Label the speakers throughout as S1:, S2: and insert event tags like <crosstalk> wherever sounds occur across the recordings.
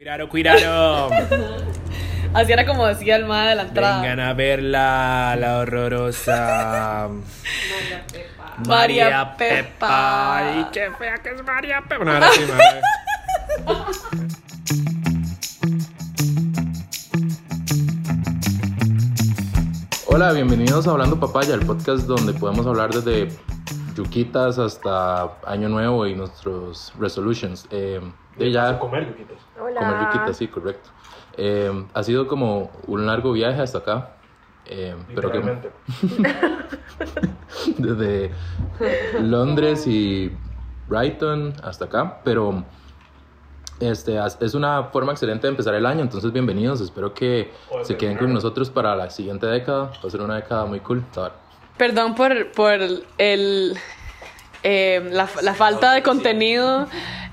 S1: Cuidado,
S2: <laughs>
S1: cuidado.
S3: Así era como decía Almada de la entrada.
S1: Vengan a verla, la horrorosa.
S3: María Pepa.
S1: Ay, qué fea que es María Pepa. No, ahora sí, madre.
S4: Hola, bienvenidos a Hablando Papaya, el podcast donde podemos hablar desde yuquitas hasta Año Nuevo y nuestros resolutions. Eh, de ya comer yuquitas, sí, correcto. Eh, ha sido como un largo viaje hasta acá. eh, pero que <laughs> desde Londres y Brighton hasta acá, pero este, as- es una forma excelente de empezar el año, entonces bienvenidos, espero que se queden con nosotros para la siguiente década, va a ser una década muy cool. Ahora,
S3: Perdón por, por el, eh, la, la falta de contenido.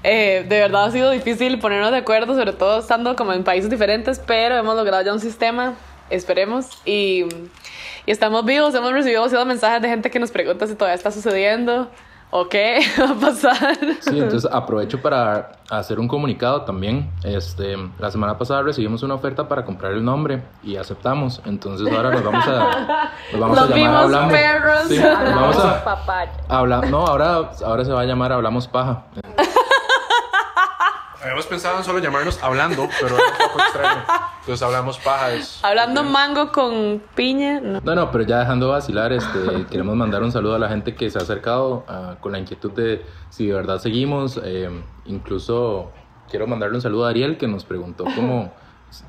S3: Eh, de verdad ha sido difícil ponernos de acuerdo, sobre todo estando como en países diferentes, pero hemos logrado ya un sistema, esperemos, y, y estamos vivos, hemos recibido demasiados mensajes de gente que nos pregunta si todavía está sucediendo o qué <laughs> va a pasar.
S4: Sí, entonces aprovecho para hacer un comunicado también. Este, la semana pasada recibimos una oferta para comprar el nombre y aceptamos. Entonces ahora nos vamos a, nos vamos
S3: Los
S4: a llamar
S3: vimos
S4: Hablamos.
S3: perros.
S4: Sí, nos vamos a
S5: papaya.
S4: habla- No, ahora, ahora se va a llamar Hablamos Paja.
S2: Habíamos pensado en solo llamarnos hablando, pero era un poco extraño. Entonces hablamos paja. es-
S3: Hablando mango con piña, no.
S4: No, no, pero ya dejando de vacilar, este, queremos mandar un saludo a la gente que se ha acercado ah, con la inquietud de si de verdad seguimos. Eh, incluso quiero mandarle un saludo a Ariel que nos preguntó cómo,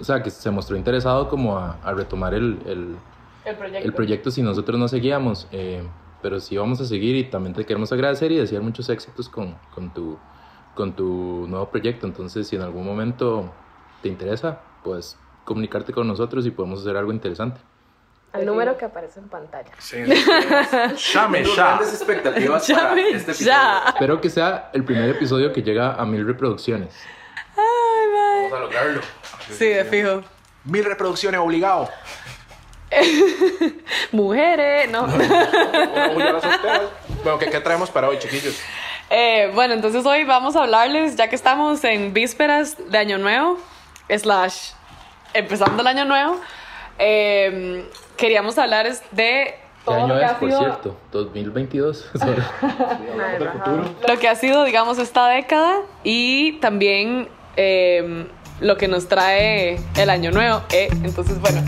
S4: o sea, que se mostró interesado como a, a retomar el- el,
S3: El proyecto.
S4: el proyecto si nosotros no seguíamos, eh, pero sí vamos a seguir y también te queremos agradecer y desear muchos éxitos con, con, tu, con tu nuevo proyecto. Entonces, si en algún momento te interesa, pues comunicarte con nosotros y podemos hacer algo interesante.
S5: Al número que aparece en pantalla.
S2: Sí. Llame
S6: Tengo
S2: ya.
S5: <laughs>
S6: grandes expectativas para
S3: Llame
S6: este episodio.
S3: ya.
S4: Espero que sea el primer episodio que llega a mil reproducciones.
S6: Vamos a lograrlo.
S3: Sí, de fijo.
S2: Mil reproducciones obligado.
S3: Mujeres, no.
S2: Bueno, ¿qué, qué traemos para hoy, chiquillos?
S3: <laughs> Eh, bueno, entonces hoy vamos a hablarles, ya que estamos en vísperas de Año Nuevo, slash, empezando el Año Nuevo, eh, queríamos hablar es de
S4: ¿Qué
S3: todo
S4: Este año
S3: lo que,
S4: es,
S3: ha
S4: por
S3: sido,
S4: cierto? 2022. <laughs> Sorry.
S3: lo que ha sido, digamos, esta década y también eh, lo que nos trae el Año Nuevo. eh, entonces, bueno.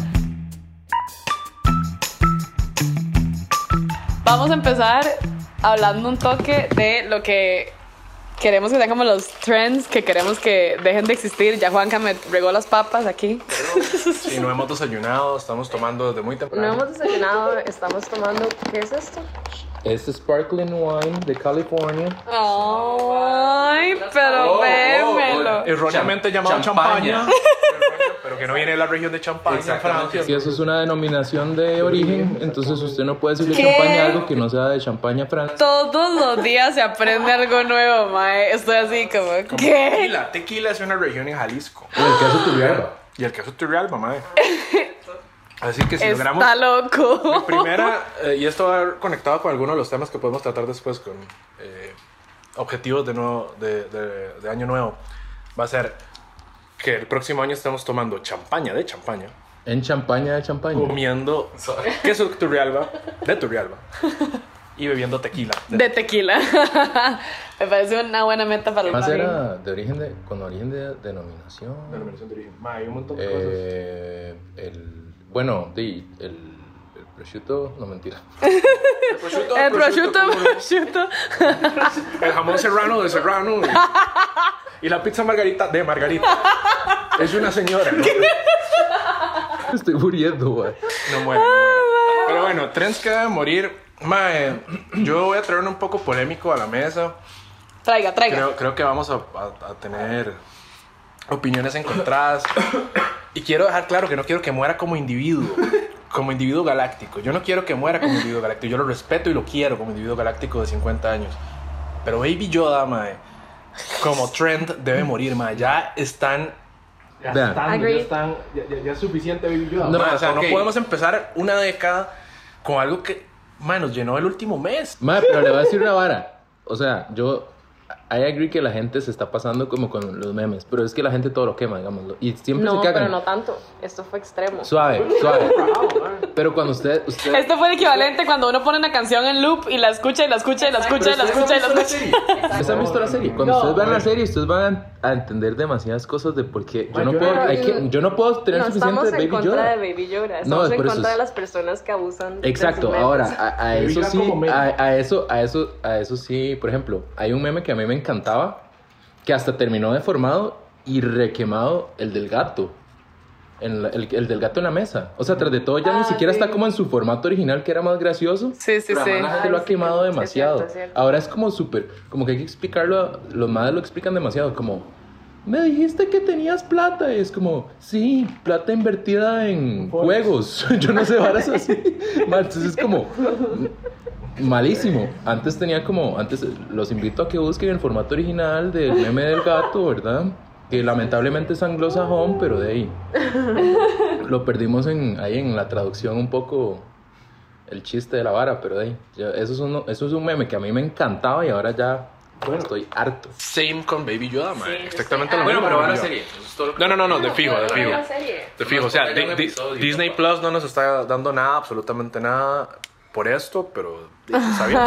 S3: Vamos a empezar hablando un toque de lo que queremos que sean como los trends que queremos que dejen de existir. Ya Juanca me regó las papas aquí.
S2: Sí, no hemos desayunado, estamos tomando desde muy
S5: No
S2: temprano.
S5: hemos desayunado, estamos tomando. ¿Qué es esto?
S4: es Sparkling Wine de California.
S3: Ay, pero
S6: Oh, oh,
S3: vémelo.
S6: oh,
S2: Erróneamente
S6: Cham-
S2: llamado champaña.
S6: champaña.
S2: Pero que no viene de la región de champaña, en
S6: Exactamente.
S2: Francia.
S4: Si eso es una denominación de origen, entonces usted no puede decirle
S3: ¿Qué?
S4: champaña a algo que no sea de champaña Francia.
S3: Todos los días se aprende algo nuevo, mae. Estoy así como,
S2: Como
S3: ¿qué?
S2: Tequila. Tequila es una región en Jalisco.
S4: En el caso de Turrialba.
S2: Y el queso Turrialba, madre. Así que si logramos
S3: Está loco.
S2: Primera, <laughs> eh, y esto va conectado con algunos de los temas que podemos tratar después con eh, objetivos de, nuevo, de, de- de año nuevo, va a ser que el próximo año estamos tomando champaña de champaña,
S4: En champaña de champaña.
S2: comiendo queso Turrialba de Turrialba <laughs> y bebiendo tequila.
S3: De
S7: <laughs>
S3: tequila. Me parece una buena meta para el
S4: Más
S3: año.
S7: Eh,
S4: era de origen de, con origen de denominación.
S2: Denominación de origen. Ma, hay un montón de cosas.
S4: Eh, el, bueno, di, el, el prosciutto, no mentira. <laughs>
S2: El prosciutto,
S3: El prosciutto,
S2: cómo no.
S3: prosciutto.
S2: El jamón serrano de serrano.
S3: <laughs>
S2: Y, y la pizza margarita de margarita. Es una señora. ¿no?
S4: Estoy muriendo, güey.
S2: No muere, no muere. Pero bueno, trends que deben morir. Mae, yo voy a traer un poco polémico a la mesa.
S3: Traiga, traiga.
S2: Creo, creo que vamos a, a- a tener opiniones encontradas. Y quiero dejar claro que no quiero que muera como individuo. Como individuo galáctico. Yo no quiero que muera como individuo galáctico. Yo lo respeto y lo quiero como individuo galáctico de 50 años. Pero Baby Yoda, mae, como trend debe morir, mae. Ya están... Ya
S4: Vean.
S5: Agree. ya
S2: están... Ya, es suficiente Baby Yoda.
S4: No,
S2: No, o sea,
S6: ok.
S2: no podemos empezar una década con algo que, mae, nos llenó el último mes.
S4: Madre, pero le voy a decir una vara. O sea, yo I agree que la gente se está pasando como con los memes, pero es que la gente todo lo quema, digámoslo. Y siempre
S3: No,
S4: se cagan.
S3: pero no tanto. Esto fue extremo.
S4: Suave, suave. pero cuando usted, usted
S7: <laughs> Esto fue el equivalente cuando uno pone una canción en loop y la escucha y la escucha y la escucha y la escucha y la escucha.
S4: ¿Ustedes han visto la serie? Cuando ustedes vean la serie, ustedes van a entender demasiadas cosas de por qué. Yo no puedo,
S3: no-
S4: hay que- yo no puedo tener
S3: No
S4: suficiente
S3: estamos
S4: de
S3: en
S4: Baby
S3: contra de
S4: Yoda.
S3: Baby Yoda.
S4: No,
S3: Estamos
S4: es
S3: en
S4: por eso
S3: contra
S4: es-
S3: de las personas que abusan. de sus
S4: Exacto,
S3: memes.
S4: ahora, a, a
S2: Baby
S4: eso
S2: Yoda
S4: sí,
S2: como meme.
S4: a, a eso, a eso, a eso sí, por ejemplo, hay un meme que a mí me encantaba, que hasta terminó deformado y requemado el del gato. En la- el, el del gato en la mesa. O sea, tras de todo ya
S3: Ah,
S4: ni siquiera
S3: sí.
S4: está como en su formato original que era más gracioso.
S7: Sí, sí,
S4: Pero
S7: sí.
S4: a la gente lo
S3: Ay,
S4: ha
S3: sí,
S4: quemado
S3: es
S4: demasiado. Ah.
S3: cierto, es cierto.
S4: Ahora es como súper, como que hay que explicarlo, los madres lo explican demasiado, como, me dijiste que tenías plata, y es como, sí, plata invertida en juegos, <laughs> yo no sé, ahora
S3: <laughs>
S4: es así. Ma, Entonces es como, malísimo. Antes tenía como, antes los invito a que busquen el formato original del meme del gato, ¿verdad? Que lamentablemente es anglosajón, pero de
S3: <laughs>
S4: ahí. Lo perdimos en, ahí en la traducción un poco el chiste de la vara, pero de ahí. ya- eso, es uno- eso es un meme que a mí me encantaba y ahora ya estoy harto.
S2: Same con Baby Yoda, mae.
S3: Sí,
S2: Exactamente
S4: Ah,
S3: sí.
S2: lo
S6: Bueno,
S2: mismo.
S6: pero
S2: con
S6: va la
S2: Baby Yoda.
S6: serie. Eso es todo lo que-
S2: No, no, no, no, de fijo, de
S3: Pero
S2: fijo.
S3: la serie.
S2: Te fijo, o sea,
S6: Nos pongan
S2: Di-
S6: un
S2: Di-
S6: episodio,
S2: Disney
S6: papá.
S2: Plus no nos está dando nada, absolutamente nada por esto, pero está bien.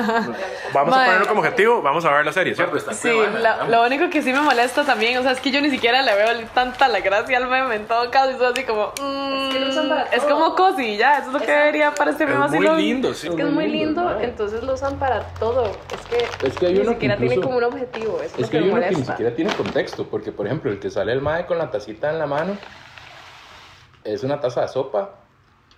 S2: Vamos a
S7: Mae.
S2: ponerlo como objetivo, vamos a ver la serie, ¿cierto?
S6: Está en
S7: Sí,
S6: Cuevana,
S7: la-
S6: ¿no?
S7: lo único que sí me molesta también, o sea, es que yo ni siquiera le veo tanta la gracia al meme en todo caso, y soy así como, mm,
S3: que luchan para
S7: es
S3: todo.
S7: como cosi, ya, eso es lo que debería para este
S2: Es
S7: meme así.
S2: muy
S7: lo-
S2: lindo, sí.
S3: Es que es muy lindo, entonces lo usan para todo. Es que,
S4: Es que hay
S3: ni
S4: uno que
S3: siquiera tiene
S4: incluso-
S3: como un objetivo. Es, lo
S4: Es que
S3: que
S4: hay
S3: me
S4: uno que ni
S3: molesta.
S4: siquiera tiene contexto, porque por ejemplo, el que sale el mae con la tacita en la mano es una taza de sopa.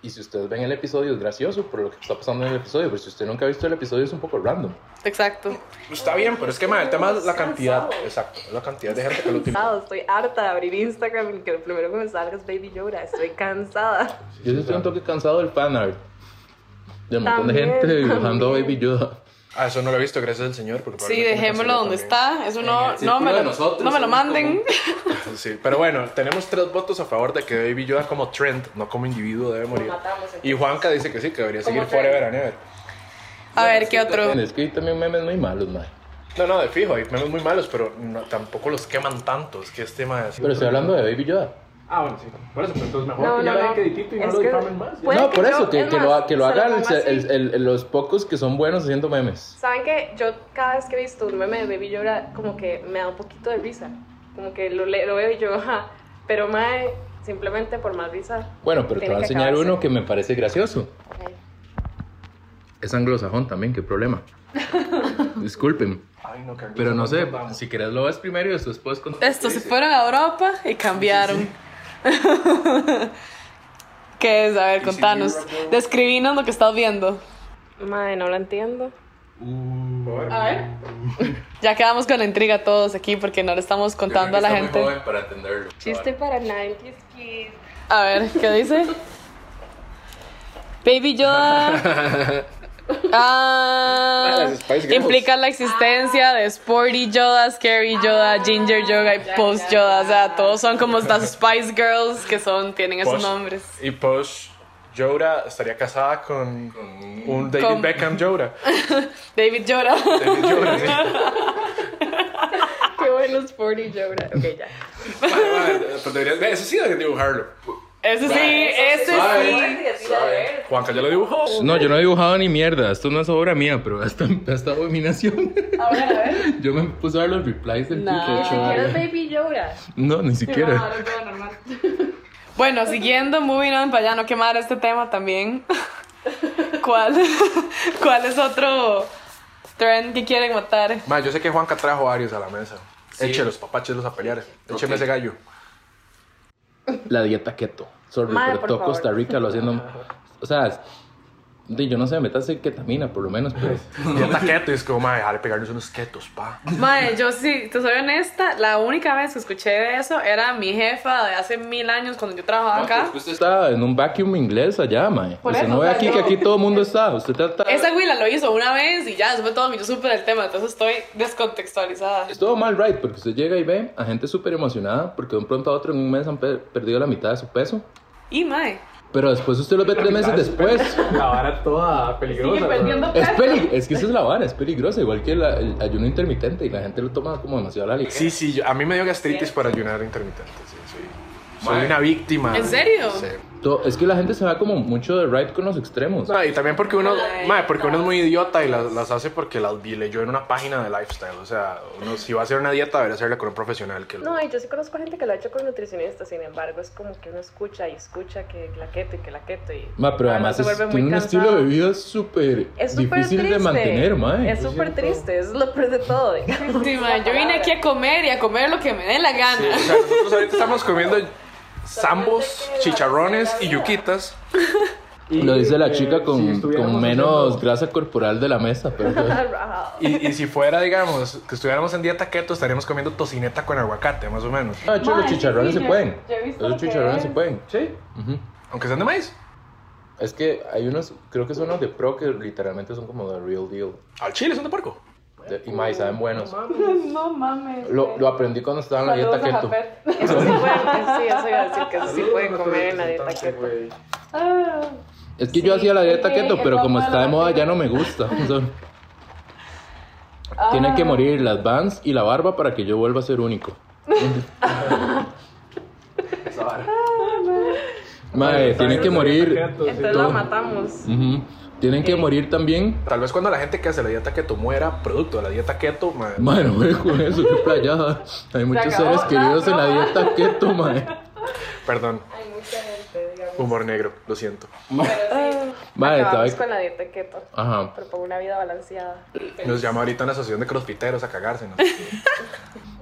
S4: Y si ustedes ven el episodio es gracioso por lo que está pasando en el episodio, pero si usted nunca ha visto el episodio es un poco random.
S7: Exacto.
S2: Está bien, pero es que mae, el tema es la cantidad, exacto, la cantidad de gente que lo utiliza.
S3: Cansado, Estoy harta de abrir Instagram y que lo primero que me salga es Baby Yoda. Estoy cansada.
S4: Yo sí estoy un toque cansado del fanart. De un montón
S3: También,
S4: de gente
S3: <laughs>
S4: dibujando
S3: también.
S4: Baby Yoda.
S2: Ah, eso no lo he visto, gracias al señor. porque
S7: Sí,
S2: probablemente me
S7: dejémoslo
S2: cancele
S7: donde
S2: también.
S7: está, eso no,
S6: el
S7: no me
S6: círculo
S7: lo,
S6: de nosotros,
S7: no me lo
S6: somos
S7: manden.
S2: Sí, pero bueno, tenemos tres votos a favor de que Baby Yoda como trend, no como individuo, debe morir.
S3: matamos, entonces.
S2: Y Juanca dice que sí, que debería
S3: Como
S2: seguir
S3: trend.
S2: forever and ever.
S7: A ver, ¿qué otro?
S4: Es que hay también memes muy malos, mae.
S2: No, no, de fijo, hay memes muy malos, pero no- tampoco los queman tanto. Es que este es tema de.
S4: Pero estoy hablando de Baby Yoda.
S2: Ah, bueno, sí. Por eso, pero entonces mejor
S3: No,
S2: que ya
S3: no,
S2: la
S3: no.
S2: dejen editito y no
S3: Es
S2: lo
S3: que-
S2: difamen más.
S3: Puede
S4: no, por
S3: yo-
S4: eso, que,
S3: es
S4: que lo, ha-
S3: más,
S4: que lo
S3: se
S4: hagan
S3: pongo así.
S4: el- el- el- los pocos que son buenos haciendo memes.
S3: Saben que yo cada vez que he visto un meme de Baby Yoda, como que me da un poquito de risa. Como que lo, le- lo veo y yo, ajá. Pero mae, simplemente por más risa.
S4: Bueno, pero te
S3: tiene
S4: voy a
S3: que
S4: enseñar
S3: acabarse.
S4: uno que me parece gracioso.
S3: Ay.
S4: Es anglosajón también,
S3: <laughs>
S4: qué problema. Disculpen.
S2: Ay, no, Carlos,
S4: Pero no sé,
S2: vamos.
S4: si querés lo ves primero y después puedes contar.
S7: Estos se fueron a Europa y cambiaron. <laughs> ¿Qué es? A ver, contanos. Describinos lo que estás viendo.
S3: Mae, no lo entiendo. Ah,
S6: <laughs>
S7: A ver. Ya quedamos con la intriga todos aquí porque no le estamos
S6: Yo creo que
S7: contando a la
S6: está muy
S7: gente.
S6: joven para entenderlo.
S3: Chiste para 90s kids.
S7: A ver, ¿qué dice?
S2: <laughs>
S7: Baby Yoda. Ah,
S2: Las Spice Girls.
S7: implica la existencia de Sporty Yoda, Scary Yoda, Ginger Yoda y Post Yoda. O sea, todos son como las Spice Girls que son, tienen esos
S2: Posh.
S7: nombres.
S2: Y Posh Yoda estaría casada con, un David
S7: Con-
S2: Beckham
S3: <laughs>
S2: Yoda.
S7: David Yoda.
S2: David Yoda, sí.
S7: <laughs>
S3: Qué buenos 40 Yoda. Ok, ya.
S2: Vale, vale, pero deberías- ve, eso sí deberías dibujarlo.
S7: Ese sí, ese sí.
S6: Suave.
S2: Juanca ya lo dibujó.
S4: No, yo no he dibujado ni mierda. Esto no es obra mía, pero esta,
S3: <laughs>
S4: esta abominación.
S7: Ahora, a ver.
S4: Yo me puse a ver los replies del
S7: Nah.
S4: Twitter,
S7: Ni
S4: chaval.
S3: ¿Quieres Baby Yoda?
S4: No, ni siquiera.
S7: Bueno, siguiendo, moving on, para ya no quemar este tema <laughs> también. ¿Cuál, ¿Cuál es otro trend que quieren matar?
S2: Ma, yo sé que Juanca trajo varios a la mesa. Échelos, papáchelos a pelear. Écheme ese gallo.
S4: La dieta keto. Sorry,
S3: Madre,
S4: pero
S3: por
S4: todo
S3: favor.
S4: Costa Rica lo haciendo. O sea, de- yo no sé, métase ketamina por lo menos. Pero...
S2: Y está keto y es como, ma, déjale pegarnos unos ketos, pa.
S7: Madre, yo sí, te soy honesta, la única vez que escuché de eso era mi jefa de hace mil años cuando yo trabajaba acá.
S6: Después usted-
S4: Pues Está en un vacuum inglés allá, mae.
S7: Por
S4: Usted
S7: eso,
S4: no ve
S7: o sea,
S4: aquí
S7: yo-
S4: que aquí todo el mundo está. Usted trata.
S7: Esa güila lo hizo una vez y ya, eso fue todo lo que yo supe del tema, entonces estoy descontextualizada.
S4: Es todo mal, right? Porque usted llega y ve a gente súper emocionada porque de un pronto a otro en un mes han pe- perdido la mitad de su peso.
S7: Y, madre,
S4: Pero después usted los ve tres meses después.
S8: La vara toda peligrosa.
S3: Sigue perdiendo
S4: Es,
S3: peso.
S4: peli es que esa es la vara, es peligrosa, igual que la- el ayuno intermitente y la gente lo toma como demasiado a la ligera.
S2: Sí, sí, yo- a mí me dio gastritis por ayunar intermitente. Sí, sí. Soy una víctima.
S7: ¿En serio?
S2: Sí.
S4: To- Es que la gente se va como mucho de right con los extremos.
S2: No, y también porque uno,
S3: Ay,
S2: mae, porque uno es
S3: no.
S2: muy idiota y las, las hace porque las vi- leyó en una página de lifestyle. O sea, uno si va a hacer una dieta debería hacerla con un profesional que lo-
S3: No, y yo sí conozco gente que lo ha hecho con nutricionistas, sin embargo, es como que uno escucha y escucha que la keto y que la keto y... Ah,
S4: Ma, pero además
S3: se
S4: es-
S3: vuelve muy
S4: tiene un
S3: cansado.
S4: estilo de vida súper
S3: Es súper
S4: difícil
S3: triste.
S4: de mantener, mae.
S3: Es súper triste, es lo peor de todo. digamos.
S7: Sí, ma, yo vine aquí a comer y a comer lo que me dé la
S2: Sí, o
S7: gana.
S2: sea, nosotros ahorita estamos comiendo zambos, chicharrones y yuquitas.
S8: Y,
S4: Lo dice la
S8: eh,
S4: chica
S8: si
S4: con,
S8: estuviéramos
S4: con menos
S8: haciendo-
S4: grasa corporal de la mesa,
S3: <laughs>
S4: pero
S3: Rajado.
S2: Y, y si fuera, digamos, que estuviéramos en dieta keto, estaríamos comiendo tocineta con aguacate, más o menos.
S4: No, de hecho, los
S3: Mae, sí,
S4: chicharrones
S3: sí,
S4: se
S3: yo-
S4: pueden.
S3: yo he visto lo
S4: Los
S3: que
S4: chicharrones se
S3: es.
S4: pueden.
S8: Sí.
S4: Ujú.
S2: Aunque sean de maíz.
S4: Es que hay unos, creo que son los de pro que literalmente son como the real deal.
S2: Al chile, son de puerco.
S4: De- y maíz,
S3: <laughs>
S4: saben buenos.
S7: No mames.
S4: Lo, lo aprendí cuando estaba en la dieta keto.
S3: Eso sí puede, sí, eso iba a decir que eso sí puede comer en la dieta keto.
S8: güey.
S4: Es que yo hacía la dieta
S7: ok,
S4: keto, pero
S7: el
S4: como
S7: papá
S4: está
S7: de
S4: de
S7: la
S4: moda
S7: tele.
S4: ya no me gusta. O sea, Tienen que morir las vans y la barba para que yo vuelva a ser único.
S6: Esa vara.
S4: Madre, tienen que morir.
S3: Entonces la matamos.
S4: Ujú. Tienen que morir también.
S2: Tal vez cuando la gente que hace la dieta keto muera, producto de la dieta keto, mae,
S4: Madre, no juegues con eso, qué playada. Hay muchos
S3: acabó
S4: seres
S3: la
S4: queridos en la
S3: broma.
S4: dieta keto, madre.
S2: perdón,
S3: Hay mucha gente, digamos.
S2: humor negro, lo siento.
S4: Madre, te va
S3: Acabamos
S4: a-
S3: con la dieta keto.
S4: Ajá.
S3: Propongo una vida balanceada.
S2: Nos llama ahorita una asociación de crossfiteros a
S3: <laughs>
S2: cagarse. ¿no?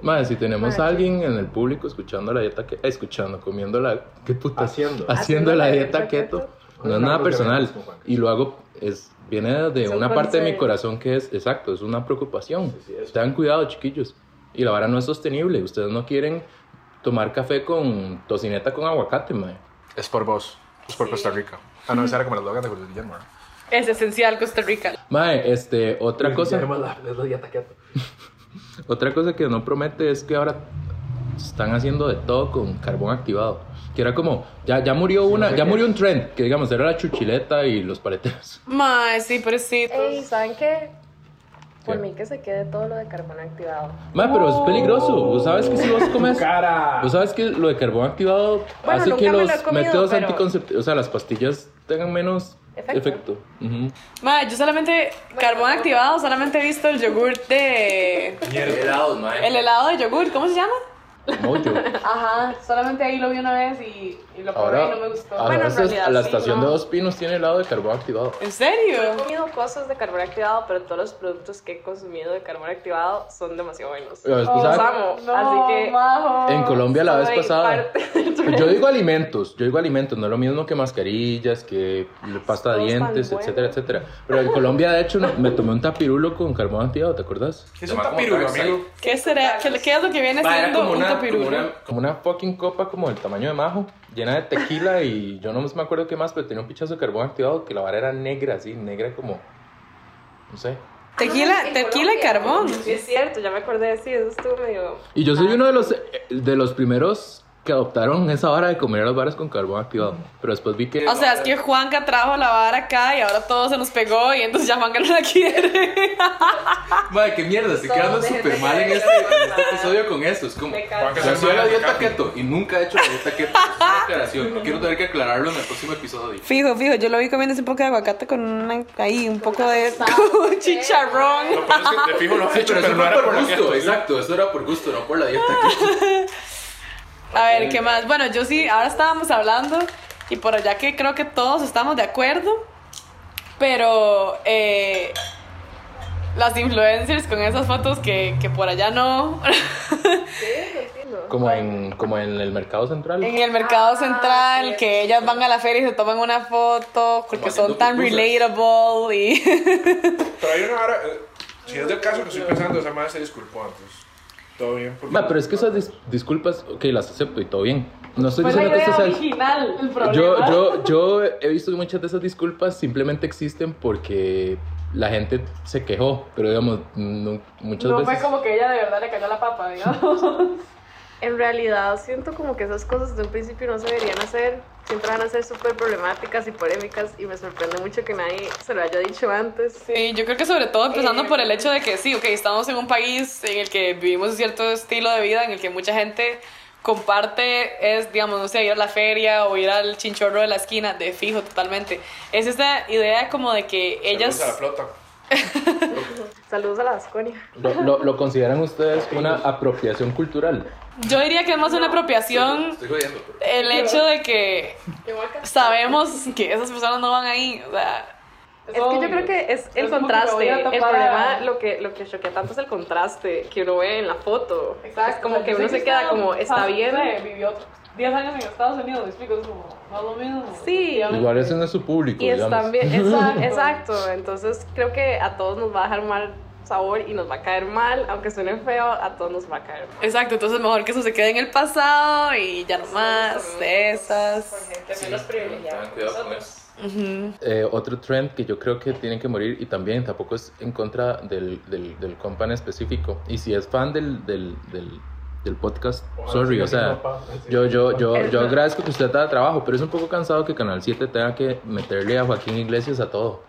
S4: Madre, si tenemos a alguien en el público escuchando la dieta keto, escuchando, comiendo la. ¿Qué puta?
S8: Haciendo.
S4: Haciendo la dieta keto. No es nada
S8: Algo
S4: personal.
S8: que me gusta,
S4: Y lo hago, es, viene de
S3: Es un
S4: una parte de mi
S3: consejo.
S4: corazón que es, exacto, es una preocupación.
S8: sí, es-
S4: Tengan cuidado, chiquillos. Y la vara no es sostenible. Ustedes no quieren tomar café con tocineta con aguacate, mae.
S2: Es por vos, es por Costa Rica. Ah, no, esa era como el eslogan de Julio Guillermo. ¿no?
S7: Es esencial Costa Rica.
S4: Mae, este, otra cosa.
S8: Llama la- Es la dieta keto.
S4: <laughs> Otra cosa que no promete es que ahora están haciendo de todo con carbón activado. Que era como, ya, ya murió una, ya murió un trend, que digamos era la chuchileta y los paleteros.
S7: Ma, sí, pobrecito.
S3: Ey, ¿saben qué? Por
S4: ¿Qué?
S3: mí que se quede todo lo de carbón activado.
S4: <laughs> Mae, pero es peligroso. Vos sabes que si vos comes.
S8: Cara.
S4: Vos sabes que lo de carbón activado
S3: Bueno,
S4: hace
S3: nunca
S4: que
S3: me lo
S4: los
S3: he comido,
S4: métodos
S3: pero-
S4: anticonceptivos, o sea, las pastillas tengan menos
S3: Efecto.
S4: efecto. Ujú.
S7: Ma, yo solamente, carbón activado, solamente he visto el yogur de.
S6: Helados, mae.
S7: El helado de yogur, ¿cómo se llama?
S4: Moyo.
S7: <laughs> Ajá, solamente ahí lo vi una vez y, y lo probé
S4: Ahora,
S7: y no me gustó.
S4: ahora
S7: Bueno, en
S4: esa es-
S7: realidad
S4: la
S7: sí,
S4: estación
S7: ¿no?
S4: de Dos Pinos tiene helado de carbón activado.
S7: ¿En
S3: He
S7: serio?
S3: comido cosas de carbón activado, pero todos los productos que he consumido de carbón activado son demasiado buenos.
S4: Pero es que,
S3: Y los
S4: ¿sabe?
S3: amo, así que...
S7: majo.
S4: En Colombia la vez
S3: soy
S4: pasada. Pues
S3: parte del tren.
S4: Yo digo alimentos, yo digo alimentos, no es lo mismo que mascarillas, que pasta de
S3: todos tan
S4: dientes,
S3: buenos.
S4: etcétera, etcétera. Pero en Colombia, de hecho, no- me tomé un tapirulo con carbón activado, ¿te acuerdas?
S2: Es un
S6: Mae, como
S2: tapirulo,
S6: Dark Side.
S2: amigo.
S7: ¿Qué será? ¿Qué, qué es lo que viene
S6: Mae, era
S7: siendo
S6: como
S7: un
S6: una,
S7: tapirulo?
S6: como una-
S4: Como una fucking copa como del tamaño de majo, llena de tequila y yo no me acuerdo qué más, pero tenía un pichazo de carbón activado que la vara era negra, así, negra como, no sé.
S7: Tequila, tequila y carbón.
S3: Sí, es cierto, ya me acordé, sí, eso estuvo medio...
S4: Y yo soy uno de los, eh, de los primeros que adoptaron esa vara de comer las varas con carbón activado, pero después vi que... <laughs>
S7: O sea, es que Juanca trajo la vara acá y ahora todo se nos pegó y entonces ya Juanca no la <laughs> quiere.
S6: Mae, qué mierda, estoy quedando
S3: dejen de
S6: súper mal en
S3: caer.
S6: este, en este episodio con eso. Es como,
S3: Me canso.
S6: yo hacía la
S2: <laughs>
S6: dieta keto y nunca he hecho la dieta keto. Es una aclaración, no quiero tener que aclararlo en el próximo episodio.
S7: Fijo, fijo, yo lo vi comiendo ese poco de aguacate con una, ahí un poco de <laughs> con chicharrón.
S2: Lo peor es que de fijo lo has hecho,
S6: Pero
S2: pero
S6: eso
S2: no era
S6: fue
S2: por
S6: por
S2: la
S6: gusto,
S2: keto.
S6: exacto, eso era por gusto, no por la dieta
S7: <laughs>
S6: keto.
S7: A ver, ¿qué más? Bueno, yo sí, ahora estábamos hablando y por allá que creo que todos estamos de acuerdo, pero eh, las influencers con esas fotos que, que por allá no, <laughs>
S4: Como en, como en el mercado central.
S7: en el mercado
S3: Ah,
S7: central,
S3: sí,
S7: que ellas van a la feria y se toman una foto porque son
S6: haciendo
S7: tan
S6: pupusas.
S7: relatable y...
S2: Pero hay una hora, si es del caso que estoy pensando, esa madre se disculpó antes. Todo bien. porque-
S4: Ma, pero es que esas dis- disculpas, ok, las acepto y todo bien. No estoy
S7: Fue la <laughs>
S4: diciendo que esto
S7: idea
S4: sea...
S7: original, el problema.
S4: Yo,
S7: <laughs>
S4: yo, yo he visto que muchas de esas disculpas simplemente existen porque la gente se quejó, pero digamos, no- muchas
S7: no
S4: veces...
S7: fue como que ella de verdad le cayó la papa, digamos.
S3: En realidad siento como que esas cosas desde un principio no se deberían hacer. Siempre van a ser súper problemáticas y polémicas y me sorprende mucho que nadie se lo haya dicho antes.
S7: Sí, yo creo que sobre todo empezando
S3: Eh,
S7: por el hecho de que sí, ok, estamos en un país en el que vivimos cierto estilo de vida, en el que mucha gente comparte, es, digamos, no sé, ir a la feria o ir al chinchorro de la esquina, de fijo totalmente. Es esa idea como de que ellas...
S2: Saludos a la flota.
S3: Saludos a la Vasconia.
S4: ¿Lo, lo, lo consideran ustedes una apropiación cultural?
S7: Yo diría que es más una apropiación
S6: Estoy jodiendo, pero.
S7: el hecho de que
S3: Yo voy a casar.
S7: sabemos que esas personas no van ahí, o sea...
S3: Es que yo creo que es el
S7: es como que
S3: contraste.
S7: me voy a
S3: El
S7: tapar
S3: problema,
S7: a-
S3: lo que, lo que choquea tanto es el contraste que uno ve en la foto. Es como que
S7: Yo sé
S3: uno se queda
S7: está-
S3: como, está
S7: pasa,
S3: bien.
S7: no sé, vivió 10 años en Estados Unidos, me explico, es como, no es lo mismo.
S3: Sí.
S4: Igual ese no es su público,
S3: Y es
S4: digamos.
S3: también,
S4: <laughs>
S3: exa- exacto. Entonces creo que a todos nos va a dejar mal sabor y nos va a caer mal, aunque suene feo, a todos nos va a caer mal.
S7: Exacto, entonces mejor que eso se quede en el pasado y ya no más de esas.
S4: Ah,
S6: Tengan cuidado con eso.
S4: Eh, otro trend que yo creo que tiene que morir y también tampoco es en contra del, del, del compa en específico. Y si es fan del, del, del, del podcast, sorry, o sea, yo, yo, yo, yo agradezco que usted haga trabajo, pero es un poco cansado que Canal 7 tenga que meterle a Joaquín Iglesias a todo.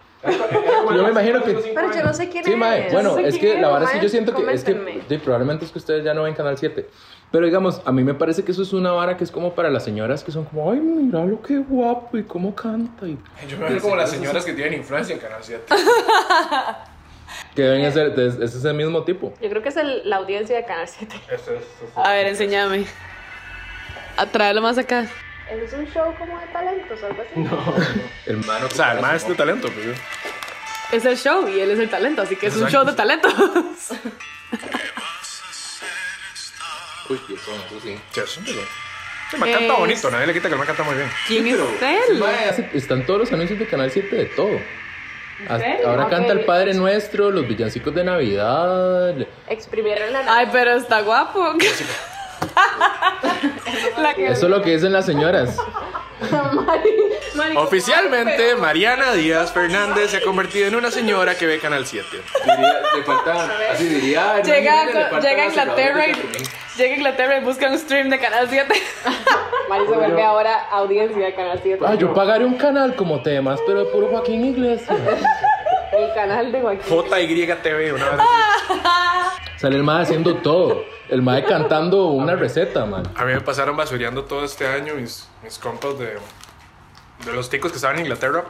S4: Yo me imagino que-
S3: Pero yo no sé quién
S4: Sí,
S3: es.
S4: mae. Bueno,
S3: Yo no sé
S4: es
S3: quién
S4: que la verdad es que
S3: mae.
S4: yo siento que es que
S3: Coméntenme.
S4: sí, probablemente es que ustedes ya no ven Canal 7. Pero digamos, a mí me parece que eso es una vara que es como para las señoras que son como, ay, mira lo que guapo y cómo canta y
S2: Yo me veo como las señoras que tienen influencia en Canal <laughs> 7.
S4: que deben hacer, entonces, es ese mismo tipo.
S3: Yo creo que es el- la audiencia de Canal 7.
S7: A ver, enséñame. A traerlo más acá.
S3: Es un show como de talentos, algo así.
S4: Hermano,
S2: O sea, el maestro de talento, pues. yo.
S7: Es el show y él es el talento, así que es un show de talentos.
S3: <laughs>
S6: Uy, qué son, eso sí.
S2: Sí, eso es verdad. Sí, me canta bonito, nadie le quita que me canta muy bien.
S7: ¿Quién es
S6: Ese
S7: él?
S6: mae hace-
S4: hace- están todos los anuncios de Canal 7 de todo. Hasta-
S7: serio?
S4: ahora
S3: Ok.
S4: canta el Padre Nuestro, los villancicos de Navidad.
S3: Exprimieron la
S7: Ay, pero está guapo.
S3: <laughs>
S7: La que-
S4: Eso es lo que dicen las señoras.
S2: Oficialmente, Mariana Díaz Fernández se ha convertido en una señora que ve Canal 7.
S6: Diría, le falta, así diría. no,
S7: Llega,
S6: le
S7: a-
S6: falta
S7: llega a
S6: la
S7: Inglaterra y,
S6: cerradura que
S7: llega a Inglaterra y busca un stream de Canal
S3: <laughs>
S7: 7.
S3: Mari se vuelve ahora audiencia de Canal 7.
S4: Ah, yo pagaré un canal como temas, pero de puro Joaquín Iglesias.
S3: El canal de Joaquín.
S2: JYTV, una vez. así.
S4: Sale el mae haciendo todo. El mae cantando una receta, man.
S2: A mí me pasaron basureando todo este año mis, mis compas de, de los ticos que estaban en Inglaterra,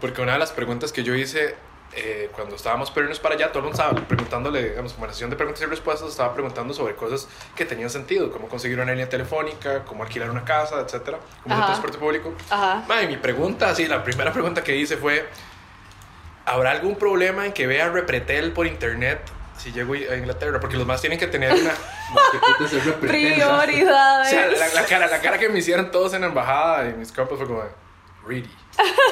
S2: porque una de las preguntas que yo hice eh, cuando estábamos por irnos para allá, todo el mundo estaba preguntándole, digamos, como en la sesión de preguntas y respuestas, estaba preguntando sobre cosas que tenían sentido, cómo conseguir una línea telefónica, cómo alquilar una casa, etcétera, cómo
S7: Ajá.
S2: hacer transporte público.
S7: Ajá.
S2: Mae, mi pregunta, sí, la primera pregunta que hice fue, ¿habrá algún problema en que vea Repretel por internet si llego a Inglaterra? Porque los más tienen que tener una...
S6: puta se representa.
S2: O sea, la,
S7: Prioridades.
S2: la cara, la cara que me hicieron todos en la embajada y mis compas fue como,
S7: <laughs>
S2: really.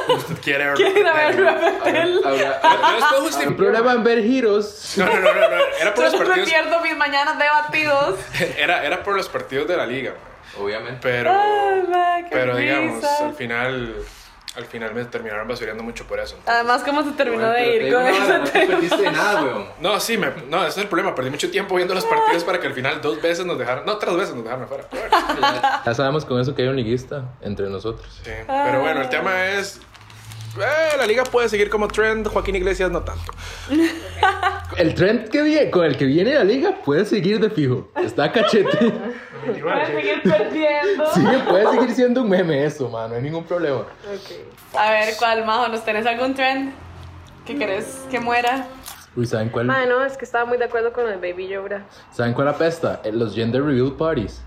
S2: Usted quiere ver.
S7: Quiero ver Repetel.
S6: Habrá-
S2: No, no, después justifiqué.
S4: El
S7: <laughs>
S4: problema en ver giros.
S2: No, no, no, no, no, Era por los
S7: Yo no me
S2: partidos.
S7: pierdo mis mañanas de batidos.
S2: <laughs> Era, era por los partidos de la liga, man.
S6: Obviamente.
S2: pero.
S7: Ay, ma, qué
S2: pero digamos,
S7: risa.
S2: al final. Al final me terminaron basureando mucho por eso. entonces-
S7: Además, ¿cómo se terminó de
S6: Pero te
S7: ir
S6: digo
S7: con
S6: una vara,
S7: eso?
S6: No te perdiste de nada, weón.
S2: No, sí, me, no, ese es el problema. Perdí mucho tiempo viendo los partidos para que al final dos veces nos dejaran. No, tres veces nos dejaron afuera.
S7: <laughs>
S2: pero bueno.
S4: Ya sabemos con eso que hay un liguista entre nosotros.
S2: Sí, pero bueno, el tema es. eh, la liga puede seguir como trend, Joaquín Iglesias no tanto.
S4: El trend que viene, con el que viene la liga puede seguir de fijo. Está cachete. <laughs>
S7: Puedes seguir perdiendo.
S4: Sí, puede seguir siendo un meme eso, man. No hay ningún problema.
S7: A ver, ¿cuál, Majo? ¿Nos tenés algún trend que querés que muera?
S4: Uy, ¿saben cuál?
S3: Mae, no, es que estaba muy de acuerdo con el Baby Llora.
S4: ¿Saben cuál apesta? Eh, Los gender reveal parties.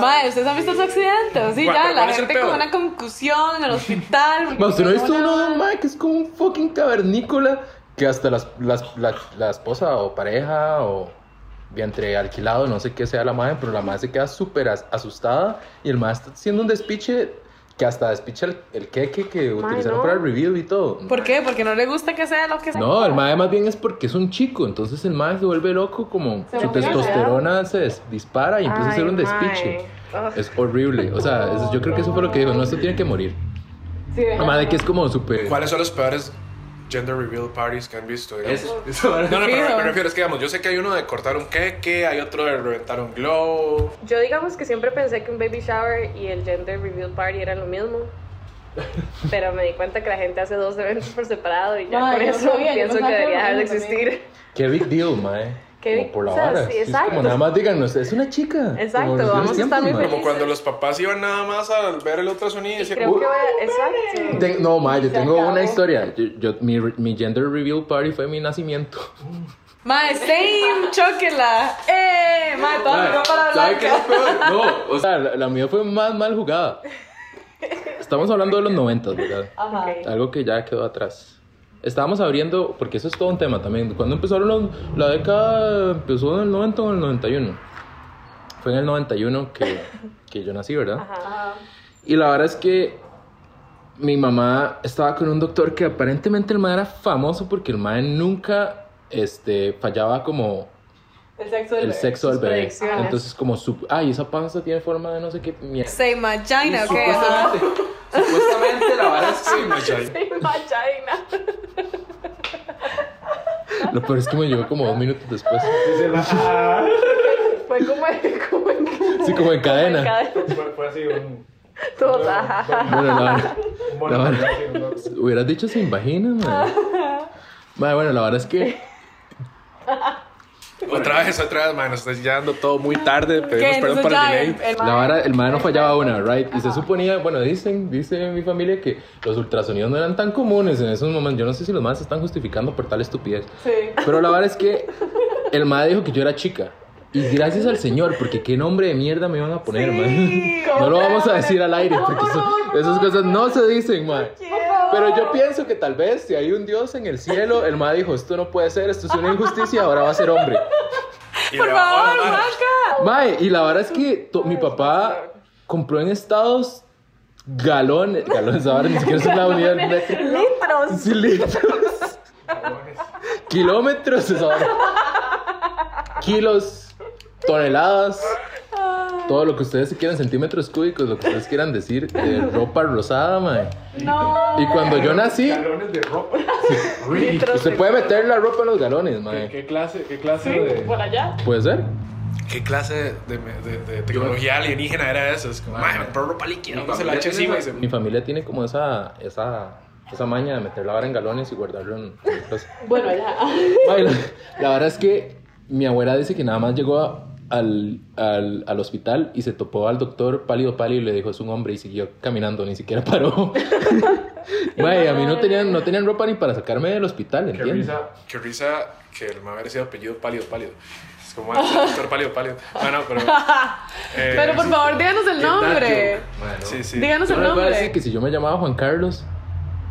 S7: Mae, ¿ustedes han visto esos accidentes? Sí,
S2: Gua-
S7: ya,
S2: pero
S7: la
S2: ¿cuál es el
S7: gente con
S2: peor?
S7: una concusión en el hospital.
S4: <laughs> Ma, ¿Usted no ha visto
S7: Una-
S4: uno de un mae que es como un fucking cavernícola que hasta las, las- la, la esposa o pareja o entre alquilado, no sé qué sea la madre, pero la madre se queda súper as- asustada y el mae está haciendo un despiche que hasta despicha el, el queque que utilizaron
S3: no.
S4: para el reveal y todo.
S7: ¿Por qué? ¿Porque no le gusta que sea lo que sea?
S4: No, el mae más bien es porque es un chico, entonces el mae se vuelve loco como
S3: Se
S4: su
S3: vuelve loco.
S4: testosterona se des- dispara y empieza a hacer
S3: Ay,
S4: un despiche.
S3: mae. Ugh.
S4: Es horrible, o sea, es- yo creo que eso fue lo que dijo, no, esto tiene que morir.
S3: Sí,
S4: Además de que es como súper...
S2: ¿Cuáles son los peores gender reveal parties que han visto. digamos.
S6: Eso, <laughs> eso ahora-
S2: No, no, pero
S7: Fijo.
S2: me refiero, es que digamos, yo sé que hay uno de cortar un queque, hay otro de reventar un globo.
S3: Yo digamos que siempre pensé que un baby shower y el gender reveal party eran lo mismo. Pero me di cuenta que la gente hace dos eventos por separado y ya
S7: Ay,
S3: por
S7: yo
S3: eso
S7: sabía, yo
S3: pienso que
S7: pensaba que
S3: debería
S7: era
S3: dejar
S7: lo
S3: de
S7: mismo
S3: existir.
S4: Qué big deal, mae.
S3: Qué
S4: Como
S3: big-
S4: por la
S3: o sea,
S4: vara.
S3: sí,
S4: Sí, es
S3: exacto.
S4: como nada más díganos, es una chica.
S3: Exacto,
S4: Como en los
S3: vamos a
S4: viejos
S3: estar muy
S4: tiempos, mae.
S2: Como cuando los papás iban nada más al ver el otro sonido y decían,
S3: Creo que voy
S2: "Uh,
S3: a-
S4: <laughs>
S3: Exacto.
S4: Ten- no, mae, yo
S7: Se
S4: tengo
S7: acabó.
S4: una historia. Yo, yo- mi, mi gender reveal party fue
S3: <laughs>
S4: mi nacimiento.
S7: Mae, <laughs> same, chóquela. Eh, mae, toda mi
S6: Mae,
S7: ropa la
S6: ¿Sabe qué es lo
S7: blanca.
S6: peor? No, o
S4: O
S6: sea,
S4: sea, <laughs> la, la mía fue más mal
S3: <laughs>
S4: jugada. Estamos hablando de los 90, ¿verdad?
S7: Ajá.
S3: Ok.
S4: Algo que ya quedó atrás. Estábamos abriendo, porque eso es todo un tema también. Cuando empezaron los- la década, empezó en el 90 o en el 91. Fue en el 91 que, que yo nací, ¿verdad?
S3: Ajá.
S4: Y la verdad es que mi mamá estaba con un doctor que aparentemente el man era famoso porque el man nunca este, fallaba como
S7: El sexo del
S4: el
S7: bebé.
S4: sexo del bebé.
S3: predicciones.
S4: Entonces como su... Ay, esa panza tiene forma de no sé qué mierda.
S7: Say vagina, ok. ajá.
S6: supuestamente, supuestamente la vara es que
S2: pues,
S3: Vagina.
S4: Lo peor es que me llegó como dos minutos después.
S1: Dice la- ah.
S3: Fue como el. Como el
S4: Sí, como en cadena.
S3: cada-
S1: Fue, fue así un.
S3: Todos, ajá.
S4: Bueno, la verdad...
S1: un mono,
S4: La
S1: así, ¿no?
S4: Hubieras dicho sin vagina, man. Ma, bueno, la verdad es que...
S2: otra vez, otra vez, man, nos estás dando todo muy tarde,
S7: Que
S2: pedimos perdón
S7: entonces
S2: por el
S7: ya
S3: eh,
S2: delay.
S7: el, el
S4: La vara, el madre no fallaba una, right? Y se suponía, bueno, dicen, dice mi familia que los ultrasonidos no eran tan comunes en esos momentos. Yo no sé si los madres se están justificando por tal estupidez.
S7: Sí.
S4: Pero la vara es que el madre dijo que yo era chica. Y gracias al señor, porque qué nombre de mierda me iban a poner,
S7: Sí,
S4: man. No lo vamos a
S7: hombre.
S4: decir al aire, porque eso- esas cosas no se dicen, man. Pero yo pienso que tal vez si hay un dios en el cielo, el madre dijo, esto no puede ser, esto es una injusticia, ahora va a ser hombre.
S2: Y
S7: Por
S2: le bajó la
S7: favor,
S2: mano.
S7: Maca.
S4: Mae, y la verdad es que to- mi papá compró en Estados galones, <laughs> galones ahora ni siquiera es una unidad métrica.
S7: Litros.
S4: Sí, litros. Kilómetros esa hora. Kilos, toneladas, todo lo que ustedes quieran, centímetros cúbicos, lo que ustedes quieran decir, de ropa rosada, mae.
S7: No.
S4: Y cuando yo nací,
S1: Galones de ropa.
S4: usted puede meter la ropa en los galones,
S1: ¿Qué,
S4: mae.
S1: qué clase, qué clase de.
S7: Por allá.
S4: ¿Puede ser?
S2: ¿Qué clase de, de- de tecnología alienígena era eso? Es como,
S6: Madre.
S2: man, pero ropa líquida,
S6: Mi
S2: no se la
S6: familia
S2: echa
S6: tiene
S2: encima y
S6: esa-
S2: se...
S4: Mi familia tiene como esa, esa, esa maña de meter la vara en galones y guardarlo en... en cosas. <laughs>
S7: Bueno, allá.
S4: Mae, la, la verdad es que mi abuela dice que nada más llegó a- al, al, al hospital y se topó al doctor pálido pálido y le dijo es un hombre y siguió caminando, ni siquiera paró. Mae, a mí no tenían, no tenían ropa ni para sacarme del hospital,
S1: Qué
S4: ¿entiendes?
S1: risa.
S2: Qué risa que el mamá hubiera sido apellido pálido, pálido. Es como ah, doctor pálido, pálido. Bueno,
S7: <laughs>
S2: pero. eh,
S7: <laughs> Pero por favor, díganos el
S6: ¿qué tal,
S7: nombre.
S6: tío? Bueno,
S2: Sí, sí.
S7: Díganos
S4: Yo
S7: el
S4: les voy a decir
S7: nombre.
S4: que si yo me llamaba Juan Carlos,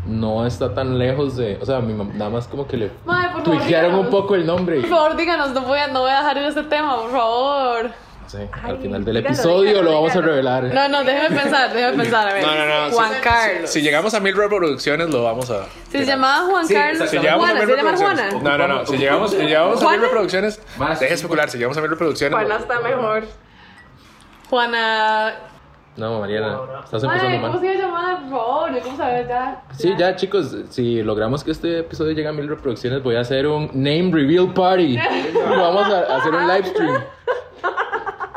S4: no está tan lejos de... O sea, mi mam- nada más como que le
S7: Mae, por favor,
S4: tuiquearon un
S7: díganos.
S4: poco el nombre. y-
S7: Por favor, díganos, no voy a, no voy a dejar ir este tema, por favor.
S4: Sí,
S3: Ay,
S4: al final del
S3: dígalo,
S4: episodio
S3: dígalo,
S4: lo vamos a
S3: dígalo.
S4: revelar.
S7: No, no, déjeme pensar, déjeme pensar. A ver.
S2: No, no, no,
S7: Juan
S2: sí,
S7: Carlos.
S2: Si llegamos a mil reproducciones, lo vamos a.
S7: Si se llamaba Juan
S6: Sí,
S7: Carlos.
S6: exacto.
S2: Si llegamos
S7: Juana,
S2: a
S7: se
S2: mil
S7: llama Juana.
S2: reproducciones. No, no, no. Si llegamos, si llegamos a mil
S7: ¿Juana?
S2: reproducciones,
S6: Más.
S2: deje de especular. Si llegamos a mil reproducciones.
S3: Juana está mejor.
S7: Juana.
S4: No, Mariana, estás
S7: Ay,
S4: empezando
S7: ¿cómo
S4: mal.
S7: se iba a llamar? Por favor, yo cómo sabía ya.
S4: Sí, ya chicos, si logramos que este episodio llegue a mil reproducciones, voy a hacer un name reveal party.
S7: <laughs>
S4: Y Vamos a hacer un live stream.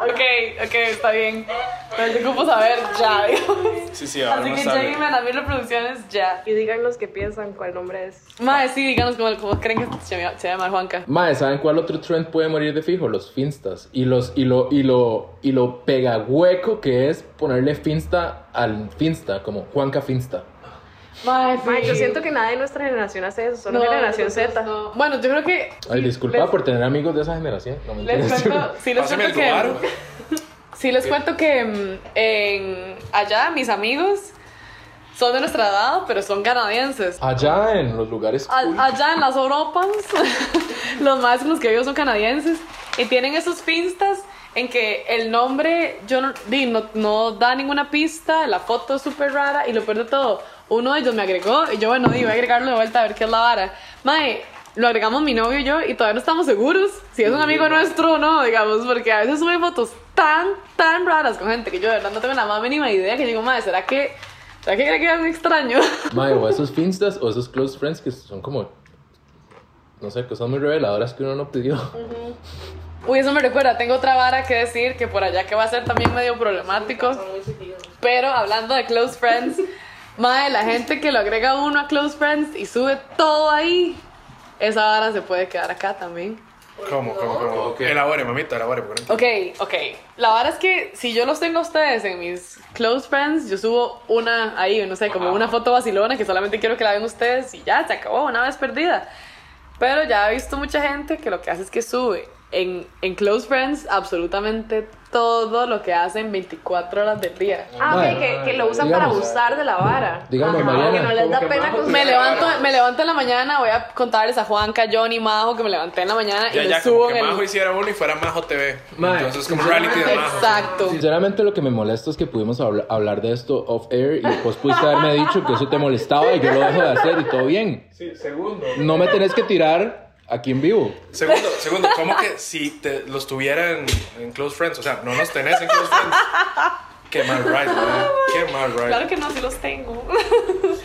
S7: Ok, ok, está bien. Pero yo ocupo saber <laughs> ya, digamos.
S2: Sí, sí, ahora
S7: Así
S2: más
S7: que
S2: tarde.
S7: lleguenme a mil reproducciones ya.
S3: Y díganos qué piensan, cuál nombre es.
S7: Madre, sí, díganos cómo, cómo creen que se llama, se llama Juanca.
S4: Mae, ¿saben cuál otro trend puede morir de fijo? Los finstas. Y los y lo y lo y lo pegahueco que es ponerle finsta al finsta, como Juanca Finsta.
S7: Madre, sí.
S3: Mae, yo siento que nadie de nuestra generación hace eso, solo
S7: No,
S3: generación
S7: nosotros
S3: Z.
S7: no. Bueno, yo creo que.
S4: Ay,
S7: sí,
S4: disculpa
S7: les-
S4: por tener amigos de esa generación. No me
S2: <laughs>
S7: Les cuento, sí les
S2: Pásame el
S7: cuento que.
S2: tubar.
S7: Sí les cuento que mm, en, allá mis amigos son de nuestra edad, pero son canadienses.
S4: Allá en los lugares
S7: A- allá en las Europas, <laughs> los más los que vivo son canadienses y tienen esos finstas en que el nombre yo no, di, no, no da ninguna pista, la foto es súper rara y lo peor de todo, uno de ellos me agregó y yo, bueno, di, voy a agregarlo de vuelta a ver qué es la vara. Mae, lo agregamos mi novio y yo y todavía no estamos seguros si es un amigo nuestro o no, digamos, porque a veces suben fotos tan, tan raras con gente que yo de verdad no tengo la más mínima idea que digo, mae, ¿será que ¿A qué cree que es extraño? <laughs>
S4: Mae, o esos finstas o esos close friends que son como. No sé, que son muy reveladoras que uno no
S7: <laughs>
S4: pidió.
S7: Uy, eso me recuerda, tengo otra vara que decir que por allá que va a ser también medio problemático.
S3: Son muy chiquillos.
S7: Pero hablando de close friends, madre, la gente que lo agrega uno a close friends y sube todo ahí, esa vara se puede quedar acá también.
S2: ¿Cómo, cómo, cómo?
S6: Ok.
S2: Elabore, mamita, elabore. porque no
S7: Ok, ok. La vara es que si yo los tengo a ustedes en mis close friends, yo subo una ahí, no sé,
S2: Ah.
S7: como una foto vacilona que solamente quiero que la vean ustedes y ya, se acabó, una vez perdida. Pero ya he visto mucha gente que lo que hace es que sube en, en close friends absolutamente todo lo que hacen 24 horas del día.
S3: Ah, ok,
S4: Bueno,
S3: que, que lo usan para
S4: digamos.
S3: abusar de la vara.
S4: Digamos,
S3: Ajá,
S4: Mariana,
S3: Que no les da
S8: como que
S3: pena
S8: vamos,
S3: con
S7: Me levanto, me levanto en la mañana, voy a contarles a Juanca, Johnny, Majo que me levanté en la mañana
S2: entiendo.
S7: y
S2: Ya,
S7: lo
S2: ya, como
S7: subo en
S2: que
S7: el...
S2: Majo hiciera uno y fuera Majo TV.
S8: Mae,
S2: Entonces, como reality de Majo.
S7: Exacto.
S4: Sinceramente, lo que me molesta es que pudimos habla- hablar de esto off air y después pudiste haberme dicho que eso te molestaba y yo lo dejo de hacer y todo bien.
S8: Sí, segundo.
S4: No me tenés que tirar aquí en vivo.
S2: Segundo, segundo, ¿cómo que si te, los tuvieran en, en Close Friends? O sea, no los tenés en Close Friends. Qué mal ride, ¿verdad? Qué mal ride.
S7: Claro que no, sí los tengo.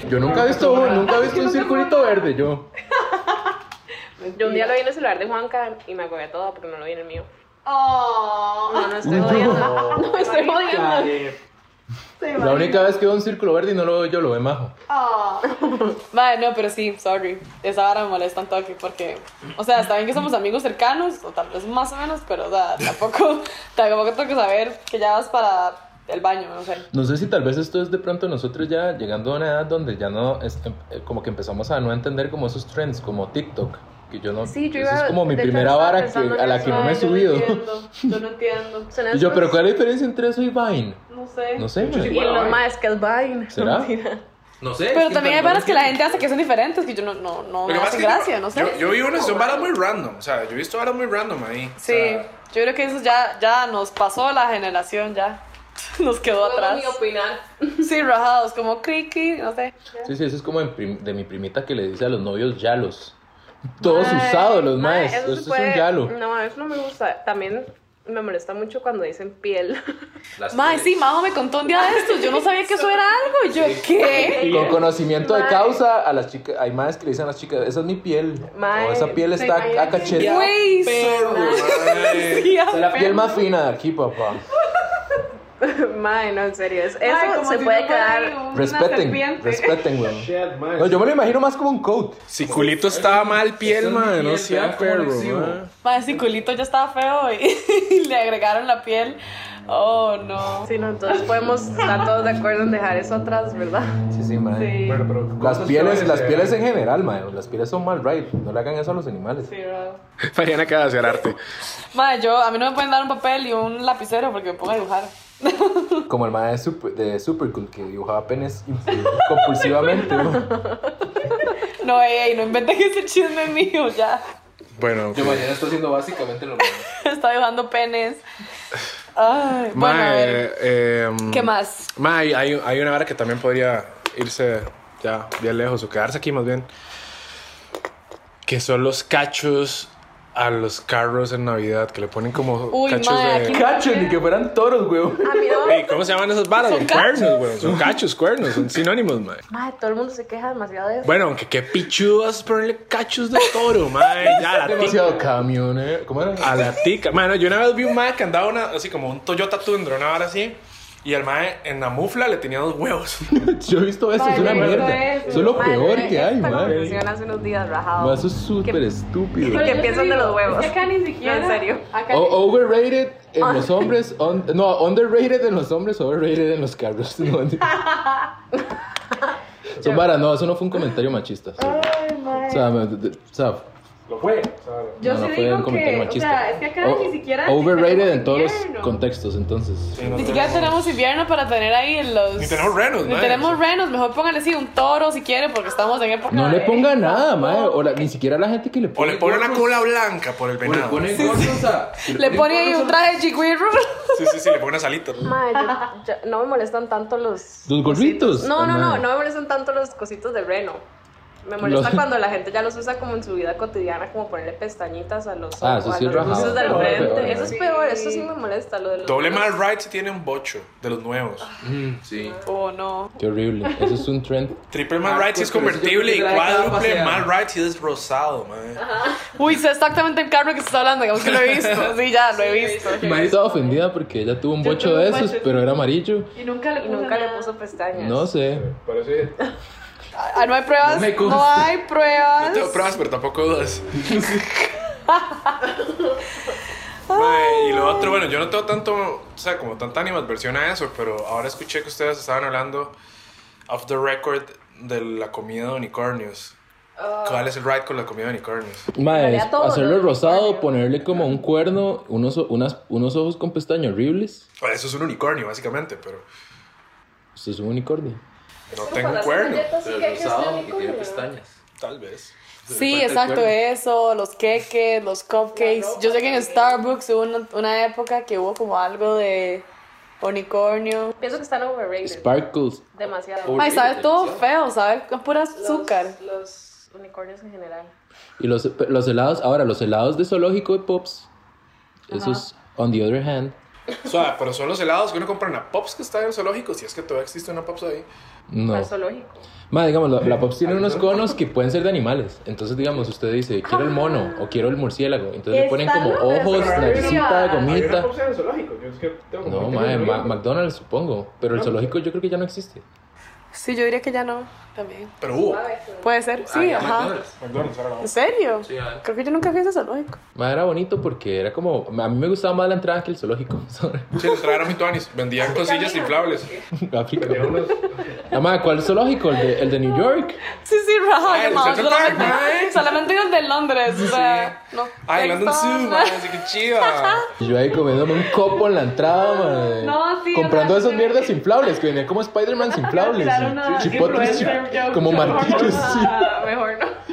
S4: Yo nunca he visto, nunca he visto un circulito verde, yo.
S3: Yo un día lo vi en el celular de Juanca y me acordé todo, pero no lo vi en el mío.
S7: Oh,
S3: No, no estoy <laughs> jodiendo.
S7: Ah, no me estoy jodiendo.
S4: La única vez que veo un círculo verde y no lo veo yo, lo ve majo.
S7: Vale, Ah. no, pero sí, sorry. Esa vara me molesta un toque porque, o sea, está bien que somos amigos cercanos, o tal vez más o menos, pero o sea, tampoco, <laughs> tampoco tengo que saber que ya vas para el baño, no sé.
S4: No sé si tal vez esto es de pronto nosotros ya llegando a una edad donde ya no, es, em- eh, como que empezamos a no entender como esos trends, como TikTok, que yo no,
S3: Sí, yo
S4: esa es
S3: iba-
S4: como mi
S3: de hecho,
S4: primera
S3: estaba
S4: vara que,
S3: pensando en
S4: a la
S3: eso.
S4: que no me he
S7: Ay,
S4: subido.
S7: Yo no entiendo, yo no entiendo,
S3: Son
S4: <laughs> Y yo,
S3: estos-
S4: pero ¿cuál es la diferencia entre eso y Vine?
S7: no sé.
S4: No sé,
S3: Y
S4: güey.
S3: los más que el Vine.
S4: ¿Será?
S6: No sé.
S7: Pero también hay varas que la gente hace que son diferentes, que yo no, no, no
S2: Lo que
S7: me
S2: pasa
S7: hacen
S2: es que
S7: gracia, no sé.
S2: Yo, yo vi unas, son varas muy random. O sea, yo he visto varas muy random ahí. o
S7: Sí,
S2: sea,
S7: <laughs> yo creo que eso ya, ya nos pasó la generación, ya. <laughs> Nos quedó atrás.
S3: opinar.
S7: Sí, rajados, como criqui, no sé.
S4: Sí, sí, eso es como en prim- de mi primita que le dice a los novios yalos. Todos usados los maes,
S3: eso
S4: esto
S3: se
S4: es un
S3: puede-
S4: yalo.
S3: No, eso no me gusta. También me molesta mucho cuando dicen piel. <laughs>
S7: Mae, sí, Majo me contó un día de estos, yo no sabía que eso era algo. Y yo, ¿qué?
S4: Con conocimiento de
S3: Mae.
S4: causa a las chicas, hay maes que le dicen a las chicas, esa es mi piel,
S3: Mae,
S4: o esa piel
S3: ¿te
S4: está
S3: imaginas
S4: a cachete.
S2: que-
S7: Güey,
S2: Pero,
S7: <laughs>
S2: mae.
S4: Esa es la piel más fina de aquí, papá.
S3: Mae, no, en serio. es- Eso
S7: Mae, como
S3: se
S7: si
S3: puede
S7: no fuera
S3: quedar.
S7: una
S4: Respeten,
S7: serpiente.
S4: respeten, weón.
S8: Shit, mae.
S4: No, yo me lo imagino más como un coat.
S2: Si culito estaba mal, piel,
S6: es mi
S2: man.
S6: piel,
S2: No
S6: vea
S2: sea
S6: cómo
S2: perro,
S6: recibo.
S2: mae.
S7: Mae, ese culito ya estaba feo y <laughs> le agregaron la piel. Oh, no.
S3: Sí, no, entonces podemos estar todos de acuerdo en dejar eso atrás, ¿verdad?
S4: Sí, sí, mae.
S7: Sí,
S8: Bueno, pero
S4: Las
S8: cosas
S4: pieles,
S8: peores,
S4: las
S8: eh,
S4: pieles en general, mae. Las pieles son mal right. No le hagan eso a los animales.
S7: sí, rajado.
S2: Mariana acaba de hacer arte.
S7: Mae, yo, a mí no me pueden dar un papel y un lapicero porque me pongo a dibujar.
S4: Como el mae de super, de Supercool que dibujaba penes imp- <laughs> compulsivamente. weón.
S7: No, ey, ey, no inventen <laughs> que ese chisme es mío, ya. <laughs>
S2: Bueno,
S6: Yo mañana estoy haciendo básicamente lo mismo.
S7: Está dibujando penes. Ay, bueno, a
S2: Mae,
S7: ver,
S2: eh, em,
S7: ¿qué más?
S2: Mae, hay, hay una vara que también podría irse ya bien lejos o quedarse aquí más bien. Que son los cachos a los carros en Navidad, que le ponen como
S7: Uy,
S2: cachos
S7: mae,
S2: de...
S7: aquí-
S4: Cacho, ni que fueran toros, weón.
S3: A mí no.
S2: Ey, ¿Cómo se llaman esas varas? Son cuernos, güey. Son cachos, cuernos. Son sinónimos, mae.
S3: Mae, todo el mundo se queja demasiado de eso.
S2: Bueno, aunque qué pichudas ponerle cachos de toro, mae. Ya, a la tica.
S4: Demasiado camionero. ¿Cómo era?
S2: A la tica. Mano, yo una vez vi un mae que andaba una, así como un Toyota Tundra, una vara así. Y el mae en la mufla le tenía dos huevos.
S4: Yo he visto eso, es una
S3: Mae,
S4: mierda. Eso es lo
S3: Mae,
S4: peor que hay,
S3: esta
S4: mae.
S3: conversación hace unos días rajado.
S4: Mae, Eso es súper estúpido.
S3: que piensan de los huevos.
S7: Es que acá ni siquiera.
S3: No, en serio.
S7: Acá
S4: O- overrated en los hombres, un- no, underrated en los hombres, overrated en los carros. No,
S7: <laughs>
S4: ni- Son varas, no, eso no fue un comentario machista. sí. O sea, me- de- de- o sea,
S8: Lo fue. ¿sabes?
S7: Yo
S4: no,
S7: sí
S4: no fue
S7: digo
S4: un comentario
S7: que,
S4: machista.
S7: o sea, es que acá
S4: O-
S7: ni siquiera.
S4: Overrated
S7: tenemos
S4: en todos los
S7: invierno.
S4: contextos, entonces.
S7: Ni siquiera tenemos invierno para tener ahí los.
S2: Ni tenemos renos,
S7: Ni
S2: mae.
S7: tenemos renos. Mejor pónganle así un toro si quieren, porque estamos en época.
S4: No le
S7: de-
S4: ponga nada, madre. O la- ni siquiera la gente que le
S2: O
S4: pone.
S2: le pone una cola blanca por el
S6: O le
S2: venado.
S6: ponen gorros a.
S7: Le pone ahí un
S6: gorros
S7: traje de chigüirro.
S2: Sí, sí, sí, le pone una salita.
S3: Mae, yo- yo- no me molestan tanto los.
S4: Los gorritos.
S3: No, no,
S4: Ah,
S3: no,
S4: mae.
S3: no me molestan tanto los cositos de reno. Me molesta
S4: Los-
S3: cuando la gente ya los usa como en su vida cotidiana, como ponerle pestañitas a los,
S4: Ah, eso
S3: o a
S4: sí es
S3: los
S4: rajado.
S3: luces del
S4: Peor,
S3: frente.
S4: peor,
S3: eso es
S9: peor.
S3: peor, eso sí me molesta. Lo de los
S2: Doble mal right si tiene un bocho de los nuevos.
S6: Sí.
S7: Oh, no.
S4: Qué horrible. Eso es un trend.
S2: Triple mal right si es
S6: pues, pero eso yo
S2: convertible y
S6: creo que la dejaba
S2: cuádruple
S6: pasear.
S2: mal right si es rosado, man.
S7: Uy, sé exactamente el carro que estás hablando, digamos que lo he visto. Sí, ya, lo he visto.
S6: Maíz-
S4: Estaba ofendida porque ella tuvo un
S7: Yo
S4: bocho
S7: tuve
S4: de
S7: un
S4: esos,
S7: bocho.
S4: pero era amarillo.
S7: Y nunca
S3: Y nunca le puso pestañas.
S4: No sé.
S6: Parece.
S7: Ah, no hay pruebas.
S6: No
S7: No,
S6: me consta.
S7: hay pruebas.
S2: No tengo pruebas, pero tampoco
S7: <laughs>
S2: dudas. Mae, y lo otro, bueno, yo no tengo tanto, o sea, como tanta animadversión a eso, pero ahora escuché que ustedes estaban hablando off the record de la comida de unicornios.
S7: Ah.
S2: ¿Cuál es el ride con la comida de unicornios?
S4: Mae,
S3: Olía todo,
S4: hacerlo
S3: ¿no?
S4: rosado, ponerle como un cuerno, unos, o- unas, unos ojos con pestañas horribles.
S2: Bueno, eso es un unicornio, básicamente, pero
S4: Esto es un unicornio.
S2: no tengo un cuerno.
S6: Pero rosado y tiene pestañas.
S2: Tal vez.
S7: Sí,
S6: Falta el
S7: exacto,
S6: cuerno.
S7: eso, los queques, los cupcakes. Yo sé que en Starbucks hubo una, una época que hubo como algo de unicornio.
S3: Pienso que están overrated.
S4: Sparkles.
S3: demasiado.
S7: Ay, sabe
S6: Horrible,
S7: todo
S6: demasiado.
S7: feo, sabe con pura
S3: Los-
S7: azúcar.
S3: Los, unicornios en general.
S4: Y los, los helados, ahora, los helados de zoológico de Pops. Esos, on the other hand.
S2: O sea, pero son los helados que uno compra en la Pops que está en el zoológico, si es que todavía existe una Pops ahí.
S4: No.
S3: Falso lógico.
S4: Más, digamos, la, la Pops tiene unos conos que pueden ser de animales. Entonces, digamos, usted dice, quiero el mono o quiero el murciélago. Entonces le ponen
S3: Está
S4: como
S3: loco,
S4: ojos,
S3: está
S4: naricita,
S3: loco.
S8: Hay una
S4: gomita.
S8: cosa en el zoológico. Yo es que tengo
S4: No,
S8: conflicto con
S4: mae, Ma-
S8: el zoológico.
S4: McDonald's supongo. Pero el zoológico yo creo que ya no existe.
S7: Sí, yo diría que ya no, también.
S2: Pero hubo.
S7: Puede ser, sí,
S6: Ah, ya,
S7: ajá.
S6: McDonald's.
S2: McDonald's, ahora la
S7: ¿En serio?
S6: Sí, ah.
S7: Creo que yo nunca fui a ese zoológico.
S4: Ma, era bonito porque era como. A mí me gustaba más la entrada que el zoológico. <laughs>
S2: Sí, los trajeron mituanis. Vendían cosillas inflables.
S4: África.
S8: Tenía unos-
S4: Ah, ma, ¿cuál zoológico? ¿El de, el de New York?
S7: Sí, sí,
S2: Ay,
S7: <laughs>
S2: el
S7: raja, yo no,
S2: Central Park,
S7: solamente,
S2: mae.
S7: solamente el de Londres, o sea, no.
S2: ¿eh? Ay, London
S7: Next
S2: Zoo,
S7: time,
S2: man, así que chiva.
S4: Y yo ahí comiéndome un copo en la entrada, ma.
S7: No, sí,
S4: Comprando
S7: o sea,
S4: esas
S7: sí.
S4: mierdas inflables, que venían como
S7: <laughs>
S4: Spider-Man inflables.
S7: Claro, una-
S4: y chipotes, <laughs>
S7: influencer,
S4: chi-
S7: yo-
S4: como
S7: yo-
S4: martillos, sí.
S3: Ah,
S7: <laughs>
S3: mejor no.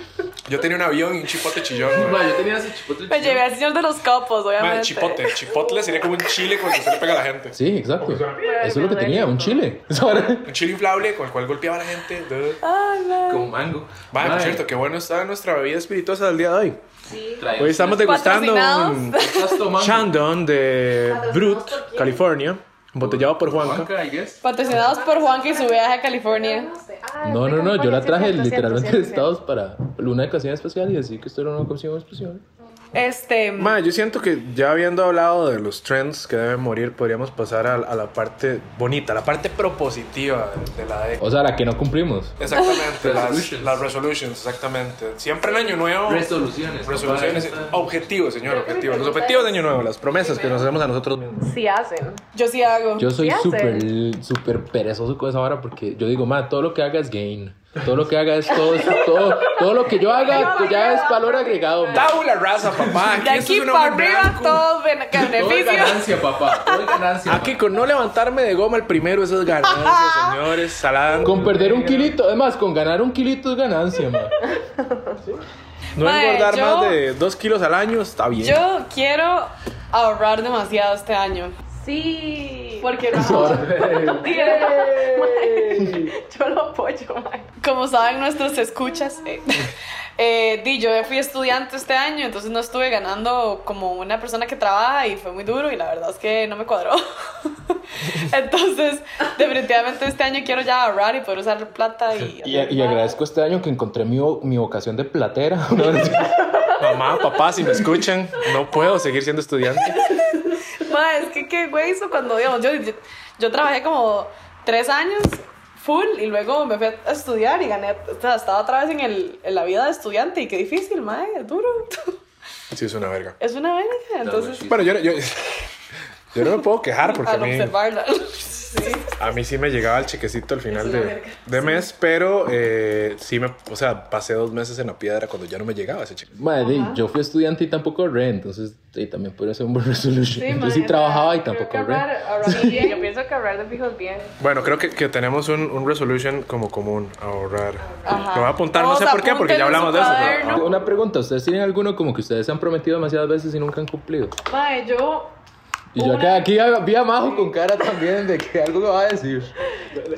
S2: Yo tenía un avión y un chipote chillón.
S6: Ma, yo tenía ese chipotle.
S7: Me llevé al señor de los copos, obviamente.
S2: Man, chipote. Chipotle sería como un chile cuando se le pega a la gente.
S4: Sí, exacto. Eso es lo que
S3: Bueno,
S4: tenía, un chile. <laughs>
S2: Un chile inflable con el cual golpeaba a la gente. dude.
S7: Ay, mae.
S6: Con mango.
S2: Vale, por
S6: Ma,
S2: cierto, qué bueno está nuestra bebida espirituosa del día de hoy.
S6: traía-
S2: Hoy estamos degustando un
S6: Estás tomando.
S2: Shandon
S7: Ah,
S2: de Brut, California, embotellado por Juanca.
S6: Juanca, I guess.
S7: Patrocinados por Juanca y su viaje a California.
S3: Ah,
S4: No, no, no, yo la traje literalmente de
S3: Estados
S4: Estados para una ocasión especial y así que esto era una ocasión especial.
S7: Este.
S2: Ma, yo siento que ya habiendo hablado de los trends que deben morir, podríamos pasar a, a la parte bonita, la parte propositiva de, de la E. década.
S4: O sea, la que no cumplimos.
S2: Exactamente, las,
S6: Resolutions.
S2: las resolutions, exactamente. Siempre en año nuevo.
S6: Resoluciones.
S2: Resoluciones,
S6: papá, esta-
S2: objetivos, señor, objetivos. Los objetivos de año nuevo, las promesas que nos hacemos a nosotros mismos.
S3: Sí hacen.
S7: Yo sí hago.
S4: Yo soy
S3: ¿Qué hace?
S4: súper, súper perezoso con esa vara porque yo digo, ma, todo lo que haga es gain. Todo lo que haga es todo, es todo, todo lo que yo haga pues, ya es valor agregado. ma.
S2: Tabula rasa, papá. Aquí, esto
S7: de
S2: es
S7: aquí
S2: un
S7: para
S2: hombre
S7: arriba
S2: blanco. <laughs>
S7: todos ven
S6: Todo es
S7: beneficios.
S6: ganancia, papá. Todo es ganancia.
S2: Aquí con no levantarme de goma el primero, esas ganancias,
S7: <laughs>
S2: señores. Salada.
S4: Con perder un kilito, además, con ganar un kilito es ganancia, ma.
S2: No
S7: Mae,
S2: engordar
S7: yo-
S2: más de dos kilos al año está bien.
S7: Yo quiero ahorrar demasiado este año.
S3: Sí.
S7: Porque no.
S3: <laughs> yo lo apoyo, mae.
S7: como saben nuestros escuchas, eh, <laughs> eh, di, yo fui estudiante este año, entonces no estuve ganando como una persona que trabaja y fue muy duro y la verdad es que no me cuadró. <laughs> entonces, definitivamente este año quiero ya ahorrar y poder usar plata y...
S4: Y, y agradezco este año que encontré mi, vo- mi vocación de platera.
S3: <laughs>
S2: Mamá, papá, si me escuchan, no puedo seguir siendo estudiante.
S7: Ma, es que qué güey eso cuando, digamos, yo, yo, yo trabajé como tres años full y luego me fui a estudiar y gané, o sea, estaba otra vez en, el, en la vida de estudiante y qué difícil, ma, es duro. <laughs>
S2: Sí, es una verga.
S7: Es una verga, entonces...
S2: Bueno, yo, <laughs> yo, yo no me puedo quejar porque a
S7: al
S2: mí,
S7: <laughs> observarla.
S2: a mí sí me llegaba el chequecito al final de, de mes, pero eh, sí me, o sea, pasé dos meses en la piedra cuando ya no me llegaba ese cheque.
S4: Madre, yo fui estudiante y tampoco ahorré, entonces y también podría ser un buen resolution. yo sí
S3: mae,
S4: trabajaba y
S3: creo que
S4: tampoco ahorré.
S3: ahorrar- ahorrar bien. Yo pienso que ahorrar de fijos bien.
S2: Bueno, creo que, que tenemos un, un resolution como común, ahorrar.
S7: Ajá.
S2: Lo voy a apuntar, no
S7: Todos
S2: sé por qué, porque ya
S7: apunten
S2: hablamos
S7: en su
S2: de eso.
S7: cuaderno.
S2: pero- ah.
S4: Una pregunta, ¿ustedes tienen alguno como que ustedes se han prometido demasiadas veces y nunca han cumplido?
S3: Mae, yo
S4: Y yo acá, aquí vi a Majo con cara también de que algo me va a decir.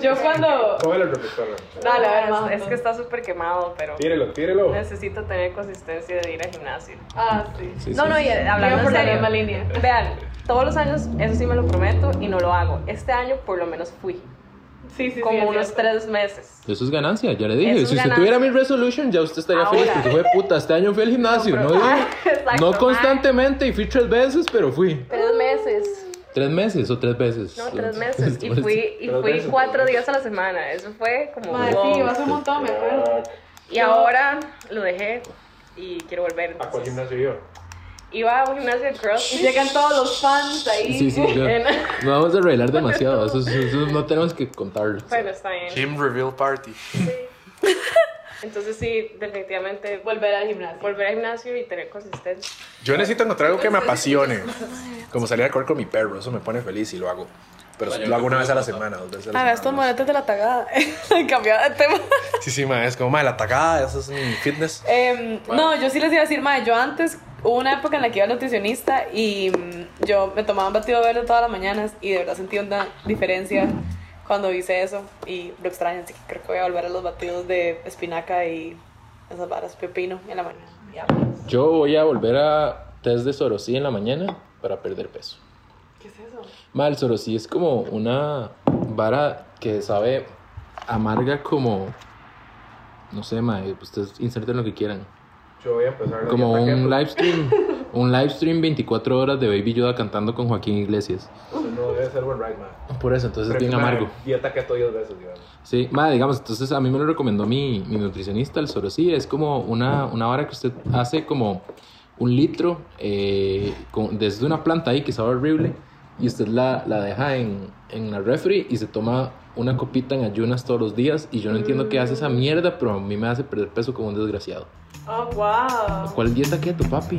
S7: Yo cuando. Ah,
S1: Póngalo el reflector.
S7: Dale, a ver,
S3: No,
S7: Majo,
S3: es, es que está súper quemado, pero
S1: Tírelo, tírelo.
S3: necesito tener consistencia de ir al gimnasio.
S7: Ah, sí.
S3: No, no, y eh, hablando
S7: Yo por
S3: en
S7: la
S3: serio,
S7: misma línea.
S3: Vean, todos los años, eso sí me lo prometo y no lo hago. Este año por lo menos fui,
S7: Sí, sí,
S3: como
S7: sí,
S3: unos
S7: es cierto.
S3: tres
S7: <laughs>
S3: meses.
S4: Eso es ganancia, ya le
S3: Eso
S4: dije.
S3: es
S4: Si usted
S3: ganancia.
S4: tuviera mi resolution, ya usted estaría
S3: Ahora.
S4: feliz. Porque fue puta, este año fui al gimnasio. No,
S3: Ah, exacto,
S4: no constantemente y fui tres veces, pero fui.
S3: Tres meses.
S4: ¿Tres meses o tres veces?
S3: No, tres meses. Y fui, y
S8: Tres
S3: fui
S8: meses.
S3: cuatro días a la semana. Eso fue como.
S7: Madre,
S3: wow.
S7: sí, vas un montón, me acuerdo.
S3: Y ahora lo dejé y quiero volver.
S1: ¿A Ah, cuál
S3: Entonces,
S1: gimnasio iba?
S3: iba a un gimnasio de
S7: Y
S3: CrossFit.
S7: llegan todos los fans
S4: <laughs>
S7: ahí.
S4: Sí, sí, yo-
S3: En-
S4: no vamos a arreglar demasiado. Eso, es- eso no tenemos que contarlo.
S3: Bueno, está bien.
S2: Gym Reveal Party.
S3: Entonces, sí, definitivamente vol-
S7: Volver al gimnasio.
S3: volver al gimnasio y tener consistencia.
S2: Yo necesito encontrar algo que me apasione.
S7: <laughs>
S2: Como salir a correr con mi perro, eso me pone feliz y lo hago. Pero
S6: Vaya,
S2: lo hago una
S6: yo
S2: vez a la
S6: creo que
S2: semana, dos veces a la
S7: A
S2: semana.
S7: gastos monetes de la tagada. <laughs> Cambiada de tema.
S2: Sí, sí, ma, es como, ma, la atacada, eso es mi fitness.
S7: Em, No, yo sí les iba a decir, madre, yo antes hubo una época en la que iba al nutricionista y mm, yo me tomaba un batido verde todas las mañanas y de verdad sentí una diferencia cuando hice eso y lo extraño, así que creo que voy a volver a los batidos de espinaca y esas varas, pepino en la mañana. Ya.
S4: Yo voy a volver a test de Sorosí en la mañana para perder peso.
S7: ¿Qué es eso?
S4: Ma, el Sorosí es como una vara que sabe amarga como. No sé, ma, ustedes inserten lo que quieran.
S1: Yo voy a empezar. la
S4: Como
S1: dieta
S4: un
S1: keto.
S4: live stream. Un live stream 24 horas de Baby Yoda cantando con Joaquín Iglesias.
S1: Eso no debe ser buen ride, man.
S4: Por eso, entonces es bien
S1: Prefiero
S4: amargo.
S1: Dieta keto 10 veces, digamos.
S4: Sí, ma, digamos, entonces a mí me lo recomendó mi, mi nutricionista, el Sorosí. Es como una, una vara que usted hace como un litro eh, con- desde una planta ahí que sabe horrible y usted la, la deja en, en la refri y se toma una copita en ayunas todos los días y yo no entiendo qué hace esa mierda, pero a mí me hace perder peso como un desgraciado.
S7: Oh, wow.
S4: ¿Cuál dieta keto, papi?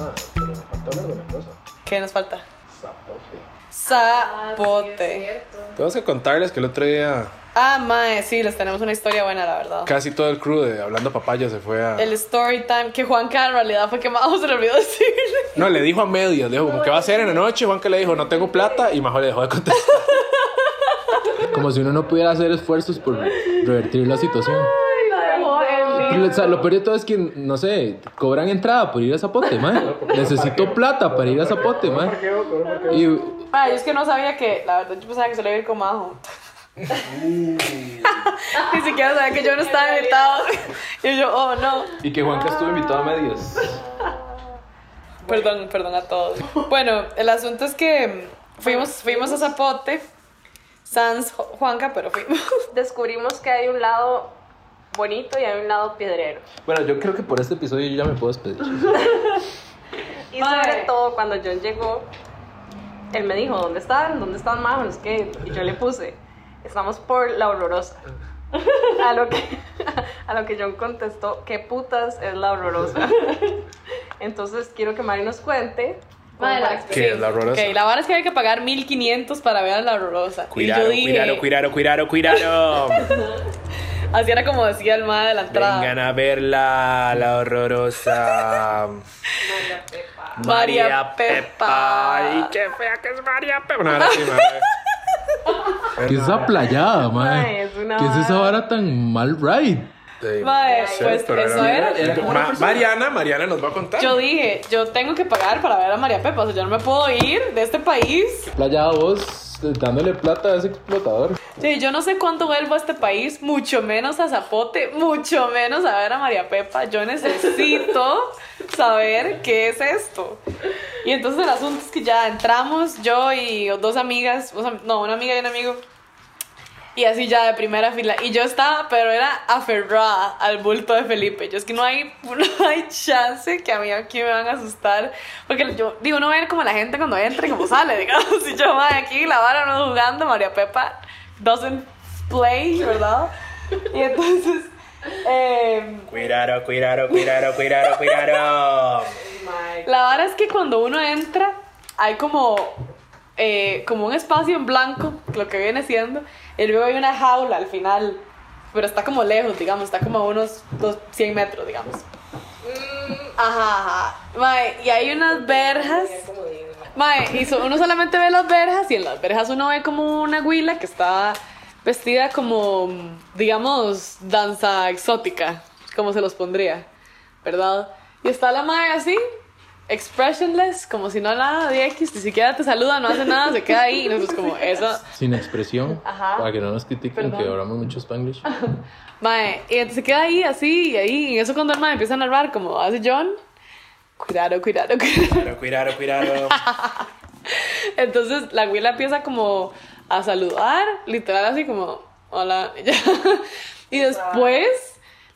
S1: Ah, pero me falta hablar de una cosa.
S7: ¿Qué nos falta?
S1: Zapote.
S7: Ah, Zapote.
S2: Tengo que contarles que el otro día
S7: Ah, mae, sí, les tenemos una historia buena, la verdad.
S2: casi todo el crew de Hablando Papaya se fue a...
S7: El story time que Juanca en realidad fue quemado, <laughs> se le olvidó decirle.
S2: No, le dijo a medias, dijo como que va a ser en la noche, Juanca le dijo no tengo plata y Majo le dejó de
S7: <laughs>
S2: contestar.
S4: Como si uno no pudiera hacer esfuerzos por revertir la situación.
S7: Lo dejó en
S4: Pero, o sea, lo peor de todo es que, no sé, cobran entrada por ir
S1: <laughs>
S4: a Zapote, man. Necesito plata para ir a Zapote, man.
S1: Parqueo, todo el parqueo.
S4: Y,
S7: Ah, yo es que no sabía que, la verdad, yo pensaba que se le iba a ir con Majo. <laughs> Ni siquiera sabía
S3: <laughs>
S7: que yo no estaba invitado. Y yo, oh, no.
S6: Y que Juanca estuvo invitado a medias.
S7: Perdón, perdón a todos. Bueno, el asunto es que fuimos, fuimos a Zapote, Sans Ju- Juanca, pero fuimos.
S3: Descubrimos que hay un lado bonito y hay un lado piedrero.
S4: bueno, yo creo que por este episodio yo ya me puedo despedir.
S3: Y
S7: Mae.
S3: sobre todo cuando John llegó, él me dijo, ¿dónde están? ¿Dónde están más? Es que y yo le puse, estamos por la horrorosa. <laughs> A lo que, <laughs> a lo que John contestó, ¿qué putas es la horrorosa? <laughs> Entonces quiero que Mari nos cuente. cómo fue la experiencia.
S2: ¿Qué es la horrorosa?
S7: Ok, la verdad es que había que pagar 1500 para ver a la horrorosa. y
S2: Cuidado,
S7: yo dije,
S2: cuidado, cuidado,
S1: <laughs>
S2: cuidado, cuidado.
S7: así era como decía el madre de la entrada.
S2: Vengan a verla, la horrorosa.
S7: María Pepa.
S2: Ay, qué fea que es María Pepa. No, ahora sí, madre.
S4: ¿Qué es esa playada, man?
S3: Ay, es una
S4: ¿Qué es esa
S3: vara.
S4: vara tan mal ride?
S2: Sí,
S7: <laughs> Mae,
S2: sí,
S7: pues
S2: pero
S7: eso era.
S2: Ma- Mariana, Mariana nos va a contar.
S7: Yo dije, yo tengo que pagar para ver a María Pepa, o sea, yo no me puedo ir de este país.
S4: Playada vos dándole plata a ese explotador.
S7: Sí, yo no sé cuánto vuelvo a este país, mucho menos a Zapote, mucho menos a ver a María Pepa. Yo necesito saber qué es esto. Y entonces el asunto es que ya entramos, yo y dos amigas, o sea, no, una amiga y un amigo. Y así ya de primera fila. Y yo estaba, pero era aferrada al bulto de Felipe. Yo es que no hay, <laughs> no hay chance que a mí aquí me van a asustar. Porque yo digo, no va a ir como la gente cuando entra y como sale, <laughs> digamos. Y yo, madre, aquí la vara no jugando, María Pepa doesn't play, ¿verdad? Y entonces, <laughs> eh,
S2: Cuidado, cuidado, cuidado, cuidado, cuidado.
S7: la vara es que cuando uno entra, hay como, eh, como un espacio en blanco, lo que viene siendo, y luego hay una jaula al final, pero está como lejos, digamos, está como a unos dos- 100 metros, digamos. Ajá, ajá. Mae, y hay unas verjas. Mae, y so- uno solamente ve las verjas y en las verjas uno ve como una huila que está vestida como, digamos, danza exótica, como se los pondría, ¿verdad? Y está la mae así, expressionless, como si no nada de X, ni siquiera te saluda, no hace nada, se queda ahí y nosotros como, eso,
S4: Sin expresión,
S7: Ajá.
S4: para que no nos critiquen
S7: Perdón.
S4: que hablamos mucho spanglish.
S7: Mae, y entonces se queda ahí, así, y ahí, y eso cuando el mae empieza a narrar, como hace John, cuidado, cuidado, <laughs> cuidado.
S2: Cuidado, cuidado, cuidado.
S7: Entonces la güila empieza como a saludar, literal así como, hola, y ya. <laughs> y después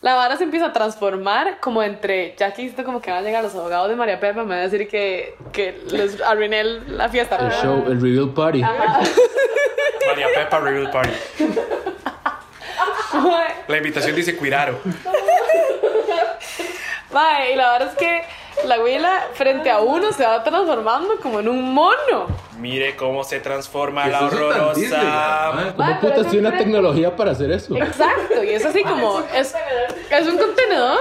S7: la vara se empieza a transformar como entre, ya que hiciste como que van a llegar los abogados de María Pepa, me van a decir que, que les arruiné el- la fiesta.
S4: El show, el reveal party.
S2: María Pepa Reveal <laughs> Party.
S7: Mae,
S2: La invitación dice cuidado.
S7: Mae, y la verdad es que la güila frente a uno se va transformando como en un mono.
S2: Mire cómo se transforma
S6: Que eso
S2: la
S6: es tan Disney,
S2: horrorosa.
S6: ¿verdad?
S7: Mae,
S4: Ah, ¿Cómo
S7: pero
S4: putas
S7: eso
S4: tiene una
S7: fue-
S4: tecnología para hacer eso?
S7: Exacto, y es así como, es, es un contenedor.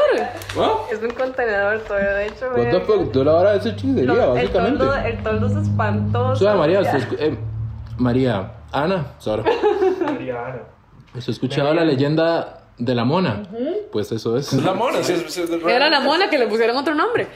S6: Wow.
S3: Es un contenedor todo, de hecho.
S4: What the
S3: vean.
S4: fuck, tú la hora de esa
S3: No,
S4: chingadería,
S3: el,
S4: básicamente.
S3: toldo, el toldo es
S4: O
S3: espantoso.
S4: sea, María,
S3: Ya.
S4: usted escu- eh, María, Ana, Sara. ¿Usted ha escuchado la leyenda de la mona? Pues eso es.
S2: La mona. sí, es- es-
S7: Era la mona que le pusieron otro nombre.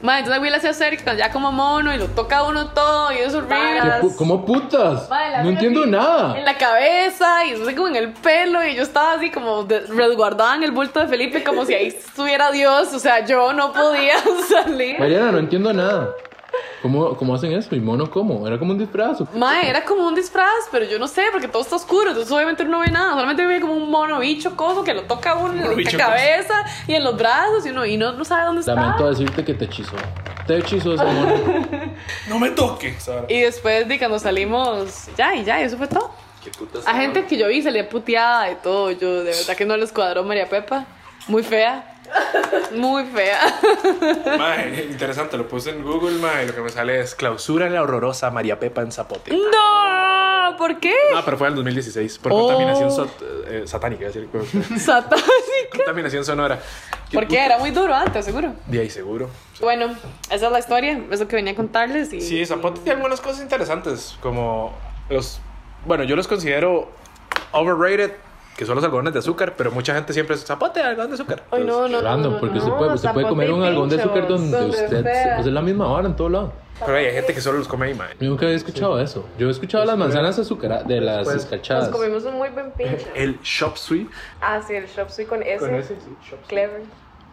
S7: Mae, entonces la güila se acerca ya como mono y lo toca a uno todo y es
S4: ¿Qué
S7: horrible.
S4: pu- ¿Cómo putas?
S7: Mae, la
S4: No
S7: veo
S4: entiendo
S7: así,
S4: nada.
S7: En la cabeza y entonces como en el pelo y yo estaba así como de- resguardada en el bulto de Felipe como si ahí estuviera Dios, o sea, yo no podía <laughs> salir.
S4: Mariana, no entiendo nada. ¿Cómo, cómo hacen eso? ¿Y mono cómo? ¿Era como un disfraz? o qué?
S7: Mae, era como un disfraz, pero yo no sé, porque todo está oscuro, entonces obviamente uno no ve nada, solamente ve como un mono bicho coso que lo toca a uno en
S2: Mono
S7: la
S2: bicho
S7: cabeza y en los brazos y uno y no, no sabe dónde está.
S4: Lamento decirte que te hechizó. Te hechizó ese mono.
S2: No me toques. Sara.
S7: Y después de cuando salimos, ya y ya, y eso fue todo.
S6: Qué putas.
S7: A gente que yo vi salía puteada de todo. Yo, de verdad que no les cuadró María Pepa. Muy fea. Muy fea.
S2: Mae, interesante, lo puse en Google, mae, y lo que me sale es clausura en la horrorosa María Pepa en Zapote.
S7: ¡No! ¿Por qué?
S2: No, pero fue en el 2016, por
S7: Oh.
S2: contaminación sat- eh, satánica, es decir, con-
S7: Satánica.
S2: <laughs> contaminación sonora.
S7: Porque era muy duro antes, seguro.
S2: De ahí seguro.
S7: Bueno, esa es la historia. Es lo que venía a contarles. Y,
S2: Sí, Zapote tiene algunas cosas interesantes, como los... Bueno, yo los considero overrated, que son los algodones de azúcar, pero mucha gente siempre es Zapote, algodón de azúcar.
S7: Ay, no, no, no, no,
S4: pues, Random,
S7: no,
S4: porque
S7: no.
S4: usted puede, usted puede comer un
S3: zapote y
S4: algodón de azúcar
S3: pinchos,
S4: donde
S3: donde
S4: usted.
S3: sea.
S4: Pues es la misma vara en todo lado.
S2: Pero hay gente que solo los come ahí, mae.
S4: Yo nunca había escuchado eso. Yo he escuchado las manzanas azucaradas, de las
S8: Después.
S3: Nos
S4: escarchadas.
S7: Pues
S3: comimos un muy buen pinche.
S2: El Shop Sweet.
S3: Ah, sí, el shop soy con ese.
S8: Con ese, sí, shops.
S3: Clever.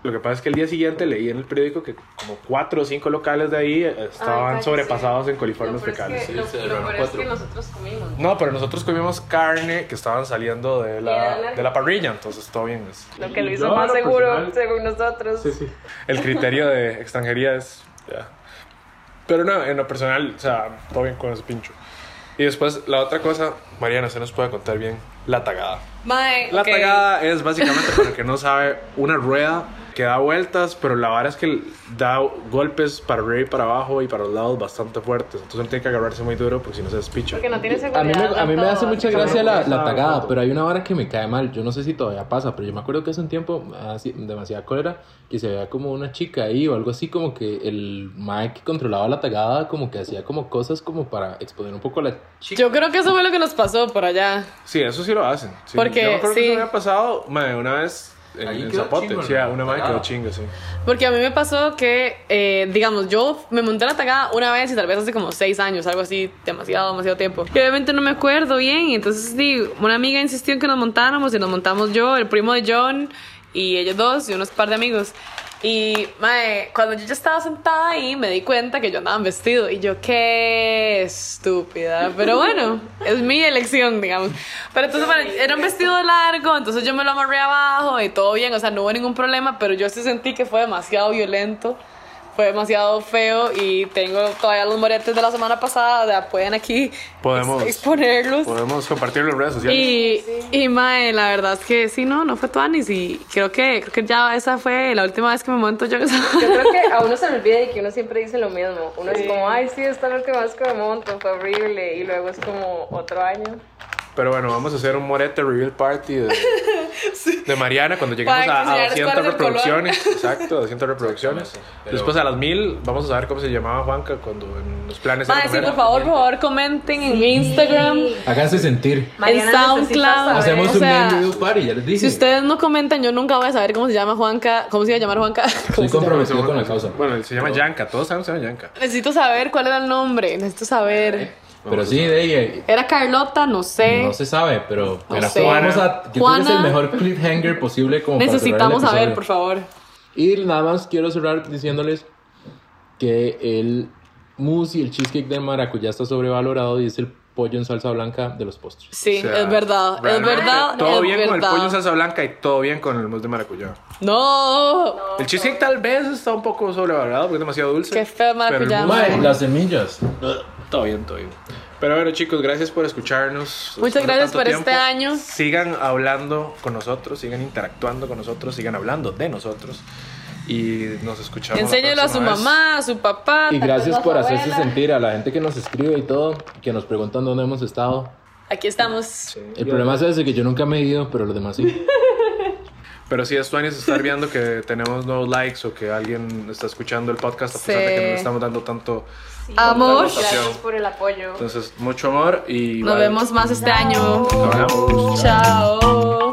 S2: Lo que pasa es que el día siguiente leí en el periódico que como cuatro o cinco locales de ahí eh,
S3: Ah,
S2: estaban
S3: Ay,
S2: sobrepasados en
S3: Lo
S2: coliformes
S3: peor es
S2: fecales.
S3: que-
S6: sí,
S3: lo-
S6: se
S3: lo
S6: derramaron
S3: peor es
S6: cuatro.
S3: que nosotros comimos.
S2: No, pero nosotros comimos carne que estaban saliendo de
S3: Era
S2: la,
S3: la-
S2: de la parrilla, entonces todo bien. es-
S3: Lo que lo
S8: Y
S3: hizo
S8: yo, a
S3: más
S8: lo
S4: pues,
S3: seguro,
S8: personal-
S3: según nosotros.
S8: Sí, sí.
S2: El criterio de extranjería es... ya. Pero no, en lo personal, o sea, todo bien con ese pincho. Y después, la otra cosa, Mariana, se nos puede contar bien, la tagada.
S7: Mae,
S2: La
S7: ok.
S2: tagada es básicamente, para el que no sabe, una rueda que da vueltas, pero la vara es que da golpes para arriba y para abajo y para los lados bastante fuertes. Entonces uno tiene que agarrarse muy duro porque si no se despicha.
S3: Porque no tiene seguridad.
S4: A mí, me, a mí me
S3: no,
S4: hace mucha gracia
S8: no,
S4: la,
S8: no,
S4: la
S8: no,
S4: tagada,
S8: no.
S4: pero hay una vara que me cae mal. Yo no sé si todavía pasa, pero yo me acuerdo que hace un tiempo, así, demasiada cólera, que se veía como una chica ahí o algo así, como que el mae que controlaba la tagada, como que hacía como cosas como para exponer un poco la chica.
S7: Yo creo que eso fue lo que nos pasó por allá.
S2: Sí, eso sí lo hacen. Sí.
S7: Porque,
S2: Yo me acuerdo
S7: sí.
S2: que eso me había pasado mae, una vez en,
S6: Ahí
S2: en
S6: quedó
S2: Zapote.
S6: chingo,
S2: sí,
S6: ¿no?
S2: una madre quedó
S6: Pagado.
S2: chingo, sí.
S7: Porque a mí me pasó que, eh, digamos, yo me monté la tagada una vez y tal vez hace como seis años, algo así, demasiado, demasiado tiempo. Y obviamente no me acuerdo bien, y entonces sí, una amiga insistió en que nos montáramos y nos montamos yo, el primo de John y ellos dos y unos par de amigos. Y mae, Eh, cuando yo ya estaba sentada ahí me di cuenta que yo andaba en vestido y yo qué estúpida, pero bueno, es mi elección, digamos. Pero entonces bueno, era un vestido largo, entonces yo me lo amarré abajo y todo bien, o sea, no hubo ningún problema, pero yo sí sentí que fue demasiado violento. Fue demasiado feo y tengo todavía los moretes de la semana pasada, ya pueden aquí
S2: Podemos-
S7: ex- exponerlos.
S2: Podemos compartirlo en redes sociales.
S7: Y, y mae, la verdad es que sí, no, no fue Tuanis y creo que, creo que ya esa fue la última vez que me monto yo en esa
S3: Yo creo que a uno se le olvida de que uno siempre dice lo mismo. Uno es como, ay, sí, esta es la última vez que me monto, fue horrible. Y luego es como, otro año.
S2: Pero bueno, vamos a hacer un Morete Reveal Party
S7: <laughs>
S2: de, de Mariana cuando lleguemos
S7: Para
S2: a, a
S7: enseñarles cuál
S2: 200
S7: es el color.
S2: reproducciones. Exacto, 200 reproducciones.
S6: Exactamente, pero-
S2: Después a las 1000 vamos a saber cómo se llamaba Juanca cuando en los planes
S7: Mae,
S2: era
S7: sí,
S2: comer.
S7: por favor, por favor, comenten en Instagram.
S4: Háganse sentir.
S3: Mariana
S7: En
S3: necesita
S7: SoundCloud.
S3: saber.
S4: Hacemos
S7: o
S4: un
S7: sea,
S4: mail video party, ya les dije.
S7: Si ustedes no comentan, yo nunca voy a saber cómo se llama Juanca, cómo se iba a llamar Juanca. <laughs>
S4: Estoy comprometido con la causa.
S2: Bueno, se llama Yanka, todos saben que se llama Yanka.
S7: Necesito saber cuál era el nombre, necesito saber.
S4: Pero sí, de ahí,
S7: ¿Era Carlota? No sé.
S4: eh, no se sabe, pero
S7: No
S4: pero
S7: sé.
S4: vamos a. Yo creo que es
S7: Juana.
S4: el mejor cliffhanger posible como para
S7: Necesitamos
S4: cerrar el
S7: saber,
S4: episodio.
S7: por favor.
S4: Y nada más quiero cerrar diciéndoles que el mousse y el cheesecake de maracuyá está sobrevalorado y es el pollo en salsa blanca de los postres.
S7: Sí,
S2: O sea,
S7: es verdad, es
S2: realmente
S7: verdad,
S2: Todo
S7: es
S2: bien con el
S7: verdad.
S2: pollo en salsa blanca y todo bien con el mousse de maracuyá.
S7: No.
S2: El cheesecake tal vez está un poco sobrevalorado porque es demasiado dulce.
S7: Qué feo el
S2: pero el
S7: maracuyá,
S2: mousse-
S4: Mae, las semillas.
S2: Todo bien, todo bien. Pero bueno, chicos, gracias por escucharnos.
S7: Muchas
S2: Después de
S7: gracias
S2: tanto
S7: por este año.
S2: Sigan hablando con nosotros, sigan interactuando con nosotros, sigan hablando de nosotros. Y nos escuchamos. la
S7: Enséñelo a su
S2: próxima vez.
S7: mamá, a su papá.
S4: Y
S7: tal vez
S4: gracias
S7: a
S4: por
S7: su
S4: hacerse
S7: abuela.
S4: sentir a la gente que nos escribe y todo, que nos preguntan dónde hemos estado.
S7: Aquí estamos.
S4: El problema es ese, que yo nunca me he ido, pero los demás sí.
S2: Pero si es tu año es estar viendo
S7: <laughs>
S2: que tenemos nuevos likes o que alguien está escuchando el podcast, a pesar de
S7: Sí.
S2: que no le estamos dando tanto.
S3: Sí.
S7: Amor.
S3: Gracias por el apoyo.
S2: Entonces, mucho amor y.
S7: Nos
S2: bye.
S7: vemos más este año.
S2: Nos hablamos.
S7: Chao.